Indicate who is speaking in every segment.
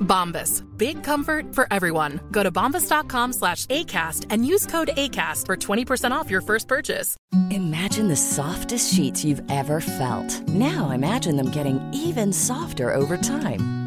Speaker 1: Bombas. Big comfort for everyone. Go to bombas.com slash ACAST and use code ACAST for 20% off your first purchase.
Speaker 2: Imagine the softest sheets you've ever felt. Now imagine them getting even softer over time.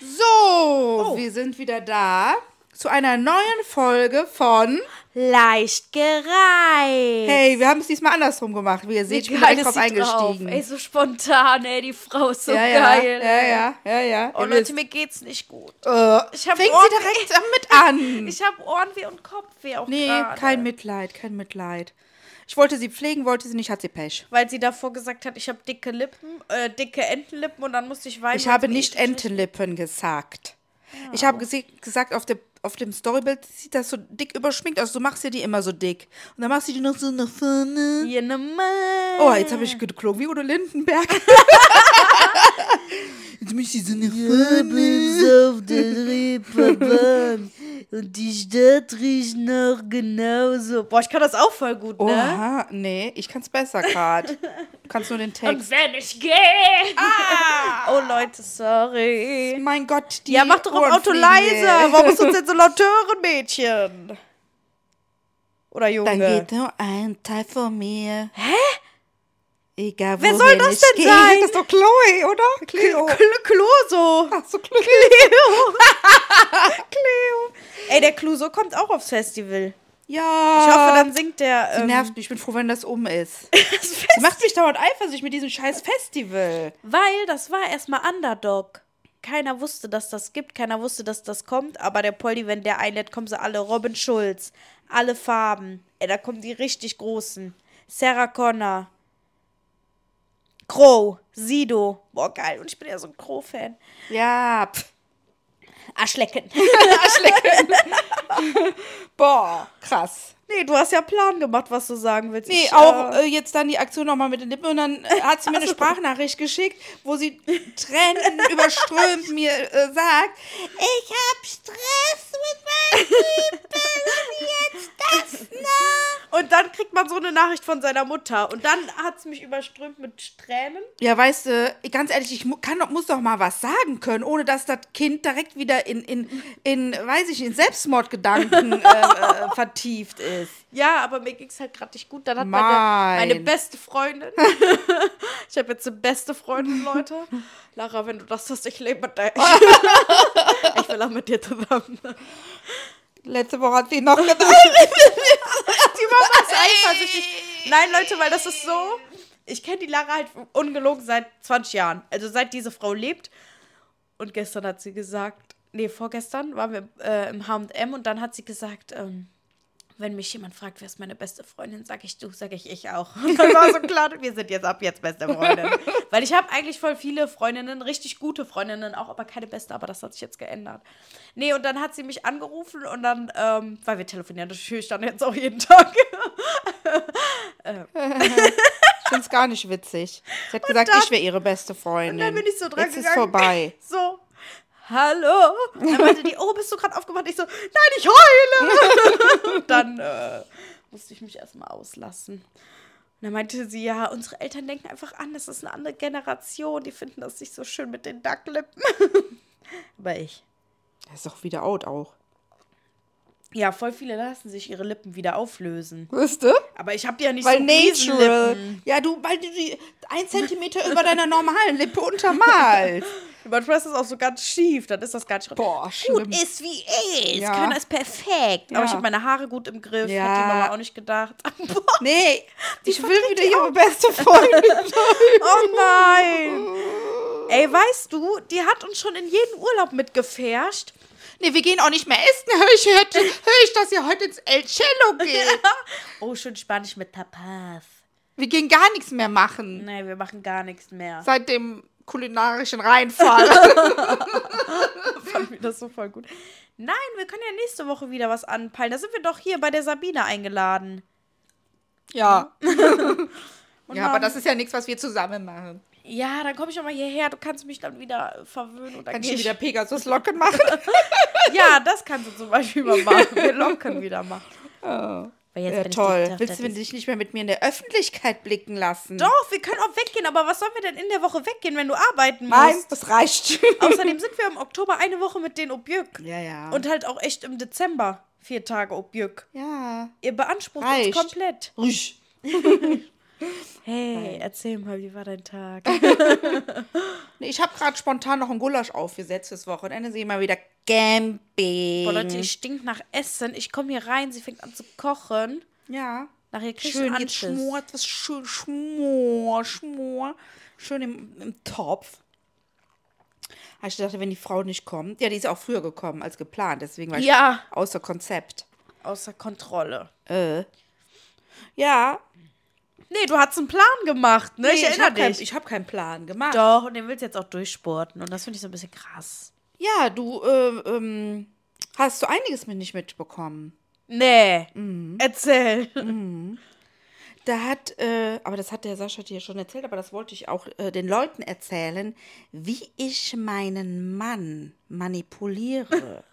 Speaker 3: So,
Speaker 4: Oh.
Speaker 3: wir sind wieder da zu einer neuen Folge von
Speaker 4: Leicht gereiht.
Speaker 3: Hey, wir haben es diesmal andersrum gemacht. Wie ihr seht, ich bin
Speaker 4: geil
Speaker 3: gleich drauf
Speaker 4: ist sie drauf?
Speaker 3: eingestiegen.
Speaker 4: Ey, so spontan, ey, die Frau ist so
Speaker 3: ja,
Speaker 4: geil.
Speaker 3: ja, ja,
Speaker 4: ey.
Speaker 3: ja, ja, ja.
Speaker 4: Oh
Speaker 3: Ihr
Speaker 4: Leute,
Speaker 3: wisst.
Speaker 4: mir geht's nicht gut.
Speaker 3: äh,
Speaker 4: ich hab
Speaker 3: fängt
Speaker 4: Ohren-
Speaker 3: sie direkt damit an.
Speaker 4: Ich habe Ohrenweh und Kopfweh auch
Speaker 3: nee,
Speaker 4: gerade.
Speaker 3: kein Mitleid, kein Mitleid. Ich wollte sie pflegen, wollte sie nicht, hat sie Pech.
Speaker 4: Weil sie davor gesagt hat, ich habe dicke Lippen, äh, dicke Entenlippen und dann musste ich weinen.
Speaker 3: Ich
Speaker 4: weil
Speaker 3: habe
Speaker 4: sie mir
Speaker 3: nicht
Speaker 4: eklig-
Speaker 3: Entenlippen gesagt. Ich habe gese- gesagt, auf, der, auf dem Storybild sieht das so dick überschminkt aus. Du machst dir die immer so dick. Und dann machst du die noch so nach vorne.
Speaker 4: Hier ne Mann.
Speaker 3: Oh, jetzt habe ich geklungen wie Udo Lindenberg. jetzt muss ich so eine Farbe.
Speaker 4: Und die Stadt riecht noch genauso. Boah, ich kann das auch voll gut, ne?
Speaker 3: Oha, nee, ich kann's besser gerade. Du kannst nur den
Speaker 4: Und
Speaker 3: Text.
Speaker 4: wenn ich gehe. Oh, Leute, sorry.
Speaker 3: Mein Gott, die
Speaker 4: ja, mach doch im
Speaker 3: Ohren
Speaker 4: Auto
Speaker 3: fliegen,
Speaker 4: leiser.
Speaker 3: ey.
Speaker 4: Warum bist du denn so laut hören, Mädchen? Oder Junge?
Speaker 3: Dann geht nur ein Teil von mir. Hä? Egal,
Speaker 4: Wer
Speaker 3: wohin
Speaker 4: soll das
Speaker 3: ich
Speaker 4: denn
Speaker 3: gehe.
Speaker 4: sein?
Speaker 3: Das ist doch Chloe, oder? Cleo.
Speaker 4: Cl- Closo.
Speaker 3: Ach so, Cleo. Cleo.
Speaker 4: Ey, der Clouseau kommt auch aufs Festival.
Speaker 3: Ja.
Speaker 4: Ich hoffe, dann singt der.
Speaker 3: Ah. Sie
Speaker 4: Ähm,
Speaker 3: nervt mich. Ich bin froh, wenn das um ist.
Speaker 4: das
Speaker 3: Sie
Speaker 4: Fest,
Speaker 3: macht mich dauernd eifersüchtig mit diesem scheiß Festival.
Speaker 4: weil das war erstmal Underdog. Keiner wusste, dass das gibt. Keiner wusste, dass das kommt. Aber der Poldi, wenn der einlädt, kommen sie alle. Robin Schulz. Alle Farben. Ey, da kommen die richtig Großen. Sarah Connor. Crow. Sido. Boah, geil. Und ich bin ja so ein Crow-Fan.
Speaker 3: Ja, pff.
Speaker 4: Arschlecken.
Speaker 3: Boah, krass.
Speaker 4: Nee, du hast ja Plan gemacht, was du sagen willst.
Speaker 3: Nee,
Speaker 4: Ich,
Speaker 3: auch
Speaker 4: äh,
Speaker 3: äh, jetzt dann die Aktion nochmal mit den Lippen und dann äh, hat sie mir eine Sprachnachricht geschickt, wo sie Tränen überströmt mir äh, sagt, ich hab Stress mit meinen Lippen und jetzt das noch.
Speaker 4: und dann kriegt man so eine Nachricht von seiner Mutter. Und dann hat es mich überströmt mit Tränen.
Speaker 3: Ja, weißt du, ganz ehrlich, ich mu- kann, doch- muss doch mal was sagen können, ohne dass das Kind direkt wieder in, in, in weiß ich, nicht, in Selbstmordgedanken äh, äh, vertieft ist.
Speaker 4: Ja, aber mir ging es halt gerade nicht gut. Dann hat
Speaker 3: Mein.
Speaker 4: meine, meine beste Freundin, ich habe jetzt eine beste Freundin, Leute. Lara, wenn du das hast, ich lebe mit dir. ich will auch mit dir zusammen.
Speaker 3: Letzte Woche hat sie noch gesagt,
Speaker 4: Die Mama ist eifersüchtig. Nein, Leute, weil das ist so. Ich kenne die Lara halt ungelogen seit 20 Jahren. Also seit diese Frau lebt. Und gestern hat sie gesagt, nee, vorgestern waren wir äh, im HM und dann hat sie gesagt, ähm, wenn mich jemand fragt, wer ist meine beste Freundin, sage ich du, sage ich ich auch. Und dann war so klar, wir sind jetzt ab jetzt beste Freundin. Weil ich habe eigentlich voll viele Freundinnen, richtig gute Freundinnen auch, aber keine beste, aber das hat sich jetzt geändert. Nee, und dann hat sie mich angerufen und dann, ähm, weil wir telefonieren, das höre ich dann jetzt auch jeden Tag.
Speaker 3: ich find's gar nicht witzig. Sie hat gesagt, ich wäre ihre beste Freundin.
Speaker 4: Und dann bin ich so dran
Speaker 3: Jetzt
Speaker 4: gegangen.
Speaker 3: ist vorbei.
Speaker 4: So, hallo. Dann meinte die, oh, bist du gerade aufgewacht? Ich so, nein, ich heule. Und dann äh, musste ich mich erstmal auslassen. Und dann meinte sie, ja, unsere Eltern denken einfach an, das ist eine andere Generation, die finden das nicht so schön mit den Ducklippen. Aber ich.
Speaker 3: Das ist doch wieder out auch.
Speaker 4: Ja, voll viele lassen sich ihre Lippen wieder auflösen.
Speaker 3: Wüsste?
Speaker 4: Aber ich habe ja nicht
Speaker 3: Weil
Speaker 4: so
Speaker 3: natural.
Speaker 4: Riesenlippen.
Speaker 3: Ja, du, weil du die ein Zentimeter über deiner normalen Lippe untermalst.
Speaker 4: Manchmal ist das auch so ganz schief, dann ist das gar nicht
Speaker 3: Boah, schlimm.
Speaker 4: Gut ist wie ist.
Speaker 3: Ja.
Speaker 4: Körner ist perfekt. Aber
Speaker 3: Ja.
Speaker 4: ich habe meine Haare gut im Griff.
Speaker 3: Ja.
Speaker 4: Hat die Mama auch nicht gedacht. Boah,
Speaker 3: Nee, ich will
Speaker 4: verdreht
Speaker 3: wieder
Speaker 4: die
Speaker 3: ihre
Speaker 4: auch.
Speaker 3: beste Freundin.
Speaker 4: oh nein. Ey, weißt du, die hat uns schon in jeden Urlaub mitgefärscht.
Speaker 3: Nee, wir gehen auch nicht mehr essen. Hör ich, hör, hör ich dass ihr heute ins El Cello geht.
Speaker 4: Oh, schön Spanisch mit Tapas.
Speaker 3: Wir gehen gar nichts mehr machen.
Speaker 4: Nee, wir machen gar nichts mehr.
Speaker 3: Seit dem kulinarischen Reinfall.
Speaker 4: Fand mir das so voll gut. Nein, wir können ja nächste Woche wieder was anpeilen. Da sind wir doch hier bei der Sabine eingeladen.
Speaker 3: ja.
Speaker 4: Und
Speaker 3: Ja, aber
Speaker 4: dann-
Speaker 3: das ist ja nichts, was wir zusammen machen.
Speaker 4: Ja, dann komme ich auch mal hierher. Du kannst mich dann wieder verwöhnen. Und dann
Speaker 3: Kann
Speaker 4: geh
Speaker 3: ich wieder Pegasus locken machen?
Speaker 4: Ja, das kannst du zum Beispiel mal machen. Wir locken wieder machen. Weil jetzt
Speaker 3: Oh. Ja,
Speaker 4: bin ich
Speaker 3: toll.
Speaker 4: die
Speaker 3: Willst du
Speaker 4: Tochter
Speaker 3: dich nicht mehr mit mir in der Öffentlichkeit blicken lassen?
Speaker 4: des- Doch, wir können auch weggehen, aber was sollen wir denn in der Woche weggehen, wenn du arbeiten
Speaker 3: Nein,
Speaker 4: musst?
Speaker 3: das reicht.
Speaker 4: Außerdem sind wir im Oktober eine Woche mit den Objück.
Speaker 3: Ja, ja.
Speaker 4: Und halt auch echt im Dezember vier Tage Objück.
Speaker 3: ja.
Speaker 4: Ihr beansprucht
Speaker 3: Reicht.
Speaker 4: uns komplett.
Speaker 3: Rüsch.
Speaker 4: Hey, erzähl mal, wie war dein Tag?
Speaker 3: Nee, Ich habe gerade spontan noch einen Gulasch aufgesetzt fürs Wochenende. Sehe mal wieder Camping.
Speaker 4: Boah, Leute, ich stink nach Essen. Ich komme hier rein, sie fängt an zu kochen.
Speaker 3: Ja.
Speaker 4: Nachher krieg ich
Speaker 3: Schön,
Speaker 4: einen
Speaker 3: jetzt
Speaker 4: Anschiss.
Speaker 3: schmort, was schön, schmor, schmor. Schön im, im Topf. Aber Ich dachte, wenn die Frau nicht kommt, ja, die ist auch früher gekommen als geplant, deswegen war ich
Speaker 4: Ja.
Speaker 3: außer Konzept.
Speaker 4: Außer Kontrolle. Äh.
Speaker 3: Ja,
Speaker 4: Nee, du hast einen Plan gemacht, ne? ich
Speaker 3: nee,
Speaker 4: erinnere
Speaker 3: hab kein-
Speaker 4: dich.
Speaker 3: ich habe keinen Plan gemacht.
Speaker 4: Doch, und den willst du jetzt auch durchsporten. Und das finde ich so ein bisschen krass.
Speaker 3: Ja, du äh, ähm, hast so einiges mit nicht mitbekommen.
Speaker 4: Nee. Erzähl.
Speaker 3: Da hat, äh, aber das hat der Sascha dir schon erzählt, aber das wollte ich auch äh, den Leuten erzählen, wie ich meinen Mann manipuliere.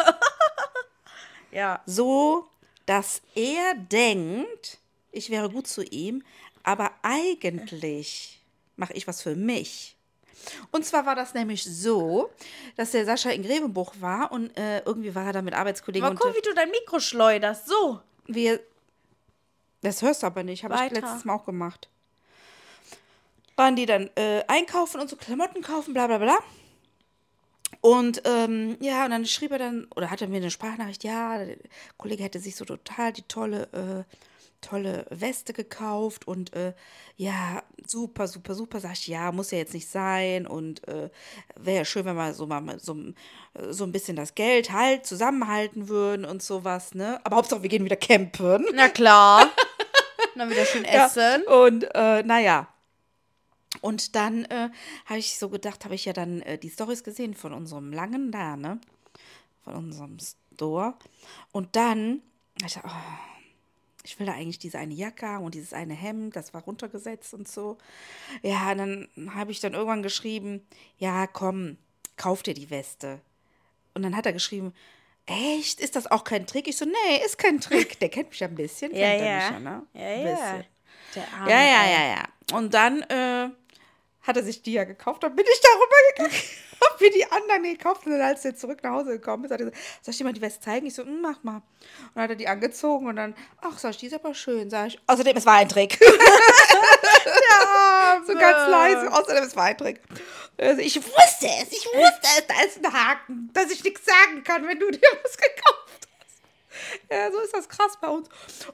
Speaker 4: Ja.
Speaker 3: so, dass er denkt, ich wäre gut zu ihm, aber eigentlich mache ich was für mich. Und zwar war das nämlich so, dass der Sascha in Grevenbruch war und äh, irgendwie war er da mit Arbeitskollegen
Speaker 4: Mal
Speaker 3: und
Speaker 4: gucken, wie du dein Mikro schleuderst. So.
Speaker 3: wir. Das hörst du aber nicht, habe ich
Speaker 4: Weiter.
Speaker 3: letztes Mal auch gemacht. Waren die dann äh, einkaufen und so Klamotten kaufen, bla bla bla. Und ähm, ja, und dann schrieb er dann, oder hat er mir eine Sprachnachricht, ja, der Kollege hätte sich so total die tolle, äh, tolle Weste gekauft und äh, ja, super, super, super, sag ich, ja, muss ja jetzt nicht sein und äh, wäre ja schön, wenn wir so mal so, äh, so ein bisschen das Geld halt zusammenhalten würden und sowas, ne? Aber Hauptsache, wir gehen wieder campen.
Speaker 4: Na klar. Dann wieder schön essen.
Speaker 3: Ja, und äh, naja. Und dann äh, habe ich so gedacht, habe ich ja dann äh, die Stories gesehen von unserem langen da, ne? Von unserem Store. Und dann, hab ich, gedacht, oh, ich will da eigentlich diese eine Jacke haben und dieses eine Hemd, das war runtergesetzt und so. Ja, und dann habe ich dann irgendwann geschrieben, ja, komm, kauf dir die Weste. Und dann hat er geschrieben, echt, ist das auch kein Trick? Ich so, nee, ist kein Trick. Der kennt mich ja ein bisschen,
Speaker 4: Ja,
Speaker 3: kennt er
Speaker 4: ja.
Speaker 3: mich ja, ne?
Speaker 4: Ja,
Speaker 3: Ein
Speaker 4: ja.
Speaker 3: bisschen.
Speaker 4: Der Arme,
Speaker 3: Ja, ja,
Speaker 4: ey.
Speaker 3: ja, ja. Und dann äh, hat er sich die ja gekauft. Dann bin ich da rübergegangen, hab mir die anderen gekauft. Und dann, als er zurück nach Hause gekommen ist, hat er gesagt, soll ich dir mal die Weste zeigen? Ich so, "Mm, mach mal. Und dann hat er die angezogen und dann, ach, sag ich, die ist aber schön, sag ich. Außerdem, es war ein Trick. ja, so ganz leise. Außerdem, es war ein Trick. Also ich wusste es, ich wusste es, da ist ein Haken, dass ich nichts sagen kann, wenn du dir was gekauft hast. Ja, so ist das krass bei uns.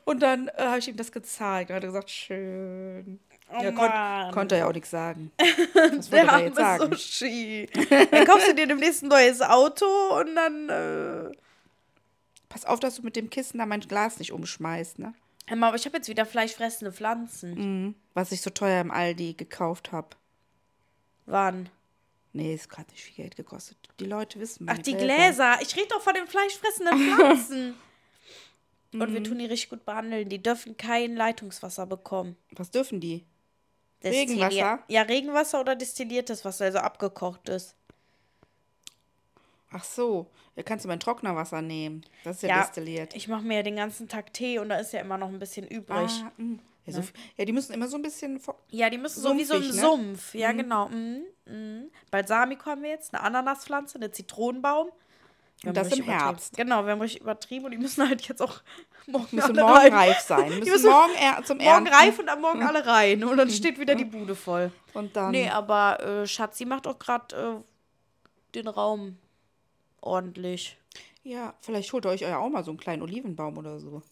Speaker 3: Und dann äh, habe ich ihm das gezeigt. Und hat er gesagt, schön. ja,
Speaker 4: Oh Mann.
Speaker 3: konnte er ja auch nichts sagen. Was wollte
Speaker 4: Der
Speaker 3: er
Speaker 4: Arm
Speaker 3: jetzt
Speaker 4: ist so
Speaker 3: sagen?
Speaker 4: schief. Dann kaufst du dir demnächst ein neues Auto und dann äh,
Speaker 3: Pass auf, dass du mit dem Kissen da mein Glas nicht umschmeißt, ne?
Speaker 4: Hör mal, aber ich habe jetzt wieder fleischfressende Pflanzen.
Speaker 3: Was ich so teuer im Aldi gekauft habe.
Speaker 4: Wann?
Speaker 3: Nee, es hat nicht viel Geld gekostet. Die Leute wissen
Speaker 4: Ach,
Speaker 3: meine
Speaker 4: die Gläser. Ich rede doch von den fleischfressenden Pflanzen. und
Speaker 3: Mhm.
Speaker 4: wir tun die richtig gut behandeln. Die dürfen kein Leitungswasser bekommen.
Speaker 3: Was dürfen die?
Speaker 4: Destillier-
Speaker 3: Regenwasser?
Speaker 4: Ja, Regenwasser oder destilliertes Wasser, also abgekochtes.
Speaker 3: Ach so, da kannst du mein Trocknerwasser nehmen. Das ist ja, destilliert.
Speaker 4: Ich Ne? mache mir ja den ganzen Tag Tee und da ist ja immer noch ein bisschen übrig.
Speaker 3: Ah, mm. Ja, so, viel- ja, die müssen immer so ein bisschen. vor-
Speaker 5: Ja, die müssen so wie so im
Speaker 3: Sumpfig, ne?
Speaker 5: Sumpf. Ja, genau. Mhm. Mhm. Balsamico haben wir jetzt, eine Ananaspflanze, einen Zitronenbaum. Wir
Speaker 3: Und
Speaker 5: haben
Speaker 3: das im
Speaker 5: richtig übertrieben.
Speaker 3: Herbst.
Speaker 5: Genau, wir haben richtig übertrieben und die müssen halt jetzt auch morgen,
Speaker 3: Müssen
Speaker 5: alle
Speaker 3: morgen
Speaker 5: rein.
Speaker 3: reif sein. Müssen morgen er- zum
Speaker 5: Morgen
Speaker 3: Ernten.
Speaker 5: reif und am Morgen alle rein. Und dann steht wieder die Bude voll.
Speaker 3: Und dann-
Speaker 5: Nee, aber äh, Schatz, sie macht auch gerade äh, den Raum ordentlich.
Speaker 3: Ja, vielleicht holt ihr euch ja auch mal so einen kleinen Olivenbaum oder so.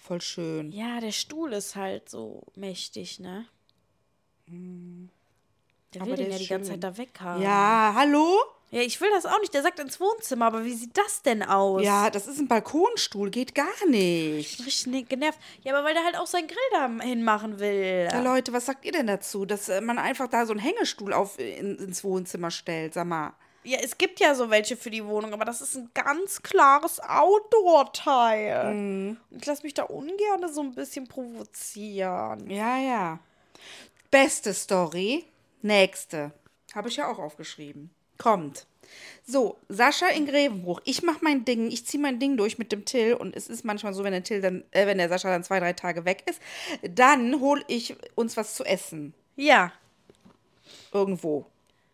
Speaker 3: Voll schön.
Speaker 5: Ja, der Stuhl ist halt so mächtig, ne? Der
Speaker 3: Aber
Speaker 5: will
Speaker 3: der
Speaker 5: den ja
Speaker 3: ist
Speaker 5: die ganze
Speaker 3: schön.
Speaker 5: Zeit da weg haben.
Speaker 3: Ja, hallo?
Speaker 5: Ja, ich will das auch nicht. Der sagt ins Wohnzimmer, aber wie sieht das denn aus?
Speaker 3: Ja, das ist ein Balkonstuhl, geht gar nicht.
Speaker 5: Richtig ne- genervt. Ja, aber weil der halt auch seinen Grill da hinmachen will.
Speaker 3: Ja, Leute, was sagt ihr denn dazu, dass äh, man einfach da so einen Hängestuhl auf, in, ins Wohnzimmer stellt? Sag mal.
Speaker 5: Ja, es gibt ja so welche für die Wohnung, aber das ist ein ganz klares Outdoor-Teil. Und ich lasse mich da ungern so ein bisschen provozieren.
Speaker 3: Ja, ja. Beste Story. Nächste. Habe ich ja auch aufgeschrieben. Kommt. So, Sascha in Grevenbruch. Ich mache mein Ding, ich ziehe mein Ding durch mit dem Till und es ist manchmal so, wenn der Till dann, äh, wenn der Sascha dann zwei, drei Tage weg ist, dann hole ich uns was zu essen.
Speaker 5: Ja.
Speaker 3: Irgendwo.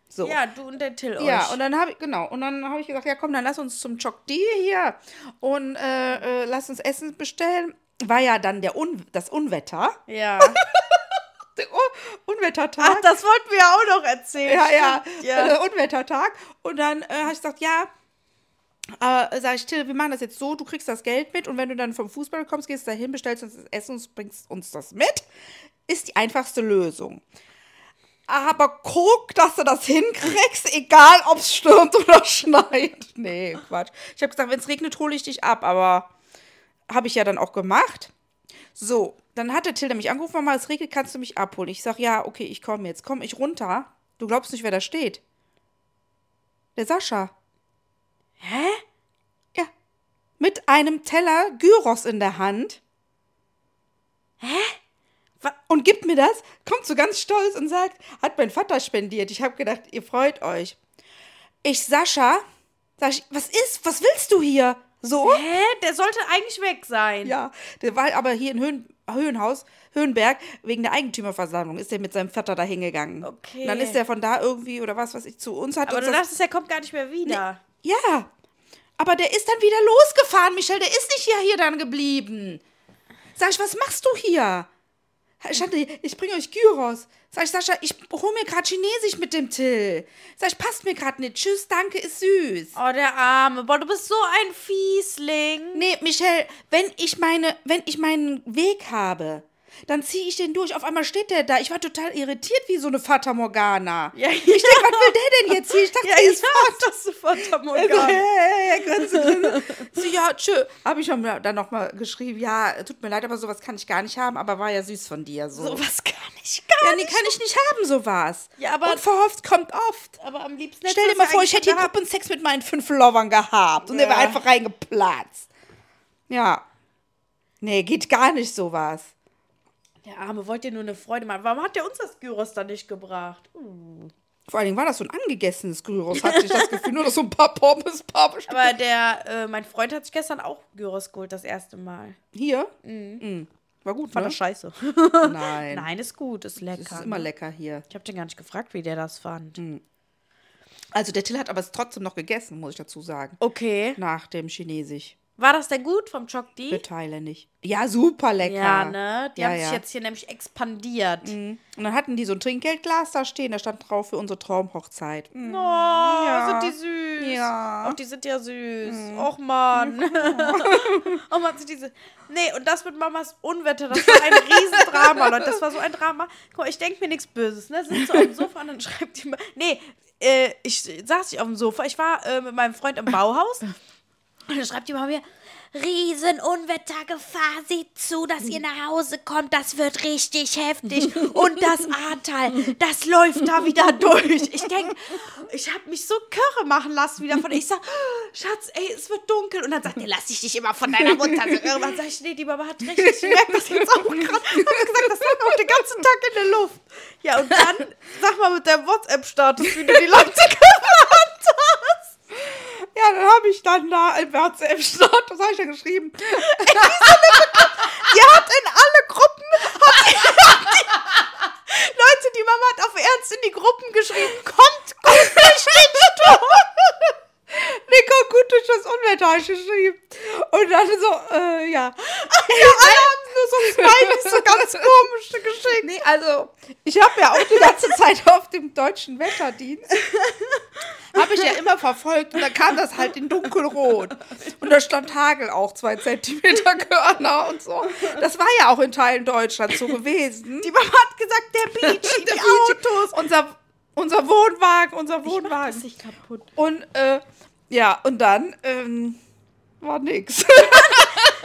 Speaker 3: So.
Speaker 5: Ja, du und der Till
Speaker 3: Ja,
Speaker 5: euch.
Speaker 3: und dann habe ich, genau, und dann habe ich gesagt, ja komm, dann lass uns zum Choc D hier und äh, äh, lass uns Essen bestellen. War ja dann der Un das Unwetter.
Speaker 5: ja.
Speaker 3: Der Un Unwettertag.
Speaker 5: Ach, das wollten wir ja auch noch erzählen.
Speaker 3: ja, ja,
Speaker 5: Stimmt,
Speaker 3: Äh, Unwettertag. Und dann äh, habe ich gesagt, ja, äh, sag ich, Till, wir machen das jetzt so, du kriegst das Geld mit und wenn du dann vom Fußball kommst, gehst dahin, bestellst uns das Essen und bringst uns das mit. Ist die einfachste Lösung. Ah, Aber guck, dass du das hinkriegst, egal ob es stürmt oder schneit. Nee, Quatsch. Ich habe gesagt, wenn es regnet, hole ich dich ab, aber habe ich ja dann auch gemacht. So, dann hat der Till nämlich angerufen, Mama, es regnet, kannst du mich abholen? Ich sag, ja, okay, ich komme jetzt. Komm ich runter. Du glaubst nicht, wer da steht. Der Sascha. Hä? Ja. Mit einem Teller Gyros in der Hand. Hä? Und gibt mir das, kommt so ganz stolz und sagt, hat mein Vater spendiert. Ich habe gedacht, ihr freut euch. Ich, Sascha, sag ich, was ist, was willst du hier? So?
Speaker 5: Hä? Der sollte eigentlich weg sein.
Speaker 3: Ja, der war aber hier in Höhen, Höhenhaus, Höhenberg, wegen der Eigentümerversammlung ist der mit seinem Vater da hingegangen.
Speaker 5: Okay.
Speaker 3: Und dann ist der von da irgendwie oder was, was ich zu uns hat.
Speaker 5: Aber
Speaker 3: uns
Speaker 5: du
Speaker 3: das-
Speaker 5: dachtest, der kommt gar nicht mehr wieder.
Speaker 3: ja. Aber der ist dann wieder losgefahren, Michelle. Der ist nicht hier, hier dann geblieben. Sag ich, was machst du hier? Ich, hatte, ich bringe euch Gyros. Sag ich, Sascha, ich hol mir gerade Chinesisch mit dem Till. Sag ich, passt mir gerade nicht. Tschüss, danke, ist süß.
Speaker 5: Oh, der Arme. Boah, du bist so ein Fiesling.
Speaker 3: Nee, Michelle, wenn ich meine, wenn ich meinen Weg habe, dann ziehe ich den durch. Auf einmal steht der da. Ich war total irritiert wie so eine Fata Morgana.
Speaker 5: Ja,
Speaker 3: ich denke, was will der denn jetzt hier? Ich dachte,
Speaker 5: Ja,
Speaker 3: sie
Speaker 5: ich
Speaker 3: ist
Speaker 5: fass das sofort am
Speaker 3: also, hey,
Speaker 5: Organ.
Speaker 3: hey, hey, grinse, grinse. So, ja, tschö. Habe ich schon mal- dann nochmal geschrieben. Ja, tut mir leid, aber sowas kann ich gar nicht haben, aber war ja süß von dir. So.
Speaker 5: Sowas kann ich gar
Speaker 3: ja, nee, kann ich nicht haben, sowas.
Speaker 5: Ja, aber-
Speaker 3: Und verhofft kommt oft.
Speaker 5: Aber am liebsten
Speaker 3: Stell dir mal vor, ich hätte hier Gruppensex mit meinen fünf Lovern gehabt und der wäre
Speaker 5: Ja.
Speaker 3: einfach reingeplatzt. Ja. Nee, geht gar nicht sowas.
Speaker 5: Der Arme wollte dir nur eine Freude machen. Warum hat der uns das Gyros dann nicht gebracht?
Speaker 3: Vor allen Dingen war das so ein angegessenes Gyros, hatte ich das Gefühl, nur noch so ein paar Pommes, paar Bestücke.
Speaker 5: Aber der, äh, mein Freund hat sich gestern auch Gyros geholt, das erste Mal.
Speaker 3: Hier? Mhm. War gut,
Speaker 5: Fand
Speaker 3: ne?
Speaker 5: das scheiße.
Speaker 3: Nein.
Speaker 5: Nein, ist gut, ist Hm. lecker.
Speaker 3: Das ist immer lecker hier.
Speaker 5: Ich habe den gar nicht gefragt, wie der das fand.
Speaker 3: Also der Till hat aber es trotzdem noch gegessen, muss ich dazu sagen.
Speaker 5: Okay.
Speaker 3: Nach dem Chinesisch.
Speaker 5: War das denn gut vom Choc D?
Speaker 3: Mit Thailändisch. Ja, super lecker.
Speaker 5: Ja, ne? Die
Speaker 3: Ja,
Speaker 5: haben sich
Speaker 3: ja.
Speaker 5: jetzt hier nämlich expandiert.
Speaker 3: Und dann hatten die so ein Trinkgeldglas da stehen, da stand drauf für unsere Traumhochzeit. Mhm.
Speaker 5: Oh, sind die süß.
Speaker 3: Ja.
Speaker 5: Auch die sind ja süß. Och man. oh man, sind die süß. Nee, und das mit Mamas Unwetter, das war ein Riesendrama, Leute. Das war so ein Drama. Guck mal, ich denke mir nichts Böses, ne? Sitzt so auf dem Sofa und dann schreibt die Ma- Nee, äh, ich saß nicht auf dem Sofa. Ich war äh, mit meinem Freund im Bauhaus. Und dann schreibt die Mama mir, Riesenunwetter, Gefahr, seht zu, dass ihr nach Hause kommt, das wird richtig heftig. Und das Ahrtal, das läuft da wieder durch. Ich denke, ich habe mich so körre machen lassen wieder von, ich sag, Schatz, ey, es wird dunkel. Und dann sagt er, lass ich dich immer von deiner Mutter so irre. Dann sag ich, nee, die Mama hat recht, ich merke das jetzt auch gerade. Ich hab gesagt, das lag auch den ganzen Tag in der Luft. Ja, und dann, sag mal mit deinem WhatsApp-Status, wie du die Leute gehört hast.
Speaker 3: Ja, dann habe ich dann da im WhatsApp-Status, das habe ich dann geschrieben.
Speaker 5: Ihr habt in alle Gruppen habt Leute, die Mama hat auf Ernst in die Gruppen geschrieben, kommt, kommt durch den Sturm.
Speaker 3: Nico gut durch das Unwetter hab ich geschrieben. Und dann so, äh, ja.
Speaker 5: Ja, alle haben nur so Smileys, so ganz komische geschickt.
Speaker 3: Nee, also, ich habe ja auch die ganze Zeit auf dem deutschen Wetterdienst, habe ich ja immer verfolgt und da kam das halt in dunkelrot. Und da stand Hagel auch zwei Zentimeter Körner und so. Das war ja auch in Teilen Deutschlands so gewesen.
Speaker 5: Die Mama hat gesagt, der Beach, die Autos.
Speaker 3: Unser, unser Wohnwagen, unser Wohnwagen.
Speaker 5: nicht kaputt.
Speaker 3: Und, äh, ja, und dann, ähm, war nix.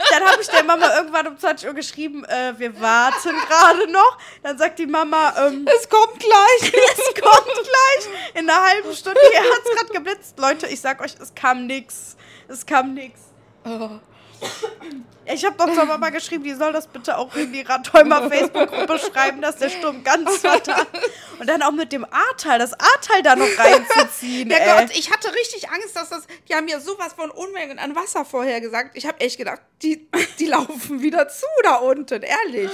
Speaker 5: Dann habe ich der Mama irgendwann um 20 Uhr geschrieben, äh, wir warten gerade noch. Dann sagt die Mama, ähm,
Speaker 3: Es kommt gleich.
Speaker 5: es kommt gleich in einer halben Stunde. Hier hat es gerade geblitzt. Leute, ich sag euch, es kam nix. Es kam nix.
Speaker 3: Oh.
Speaker 5: Ich habe doch zur Mama geschrieben, die soll das bitte auch in die Radheimer Facebook-Gruppe schreiben, dass der Sturm ganz fatal. Und dann auch mit dem A-Teil, das A-Teil da noch reinzuziehen.
Speaker 3: Ja
Speaker 5: ey.
Speaker 3: Gott, ich hatte richtig Angst, dass das. Die haben mir sowas von Unmengen an Wasser vorher gesagt. Ich habe echt gedacht, die, die laufen wieder zu da unten, ehrlich.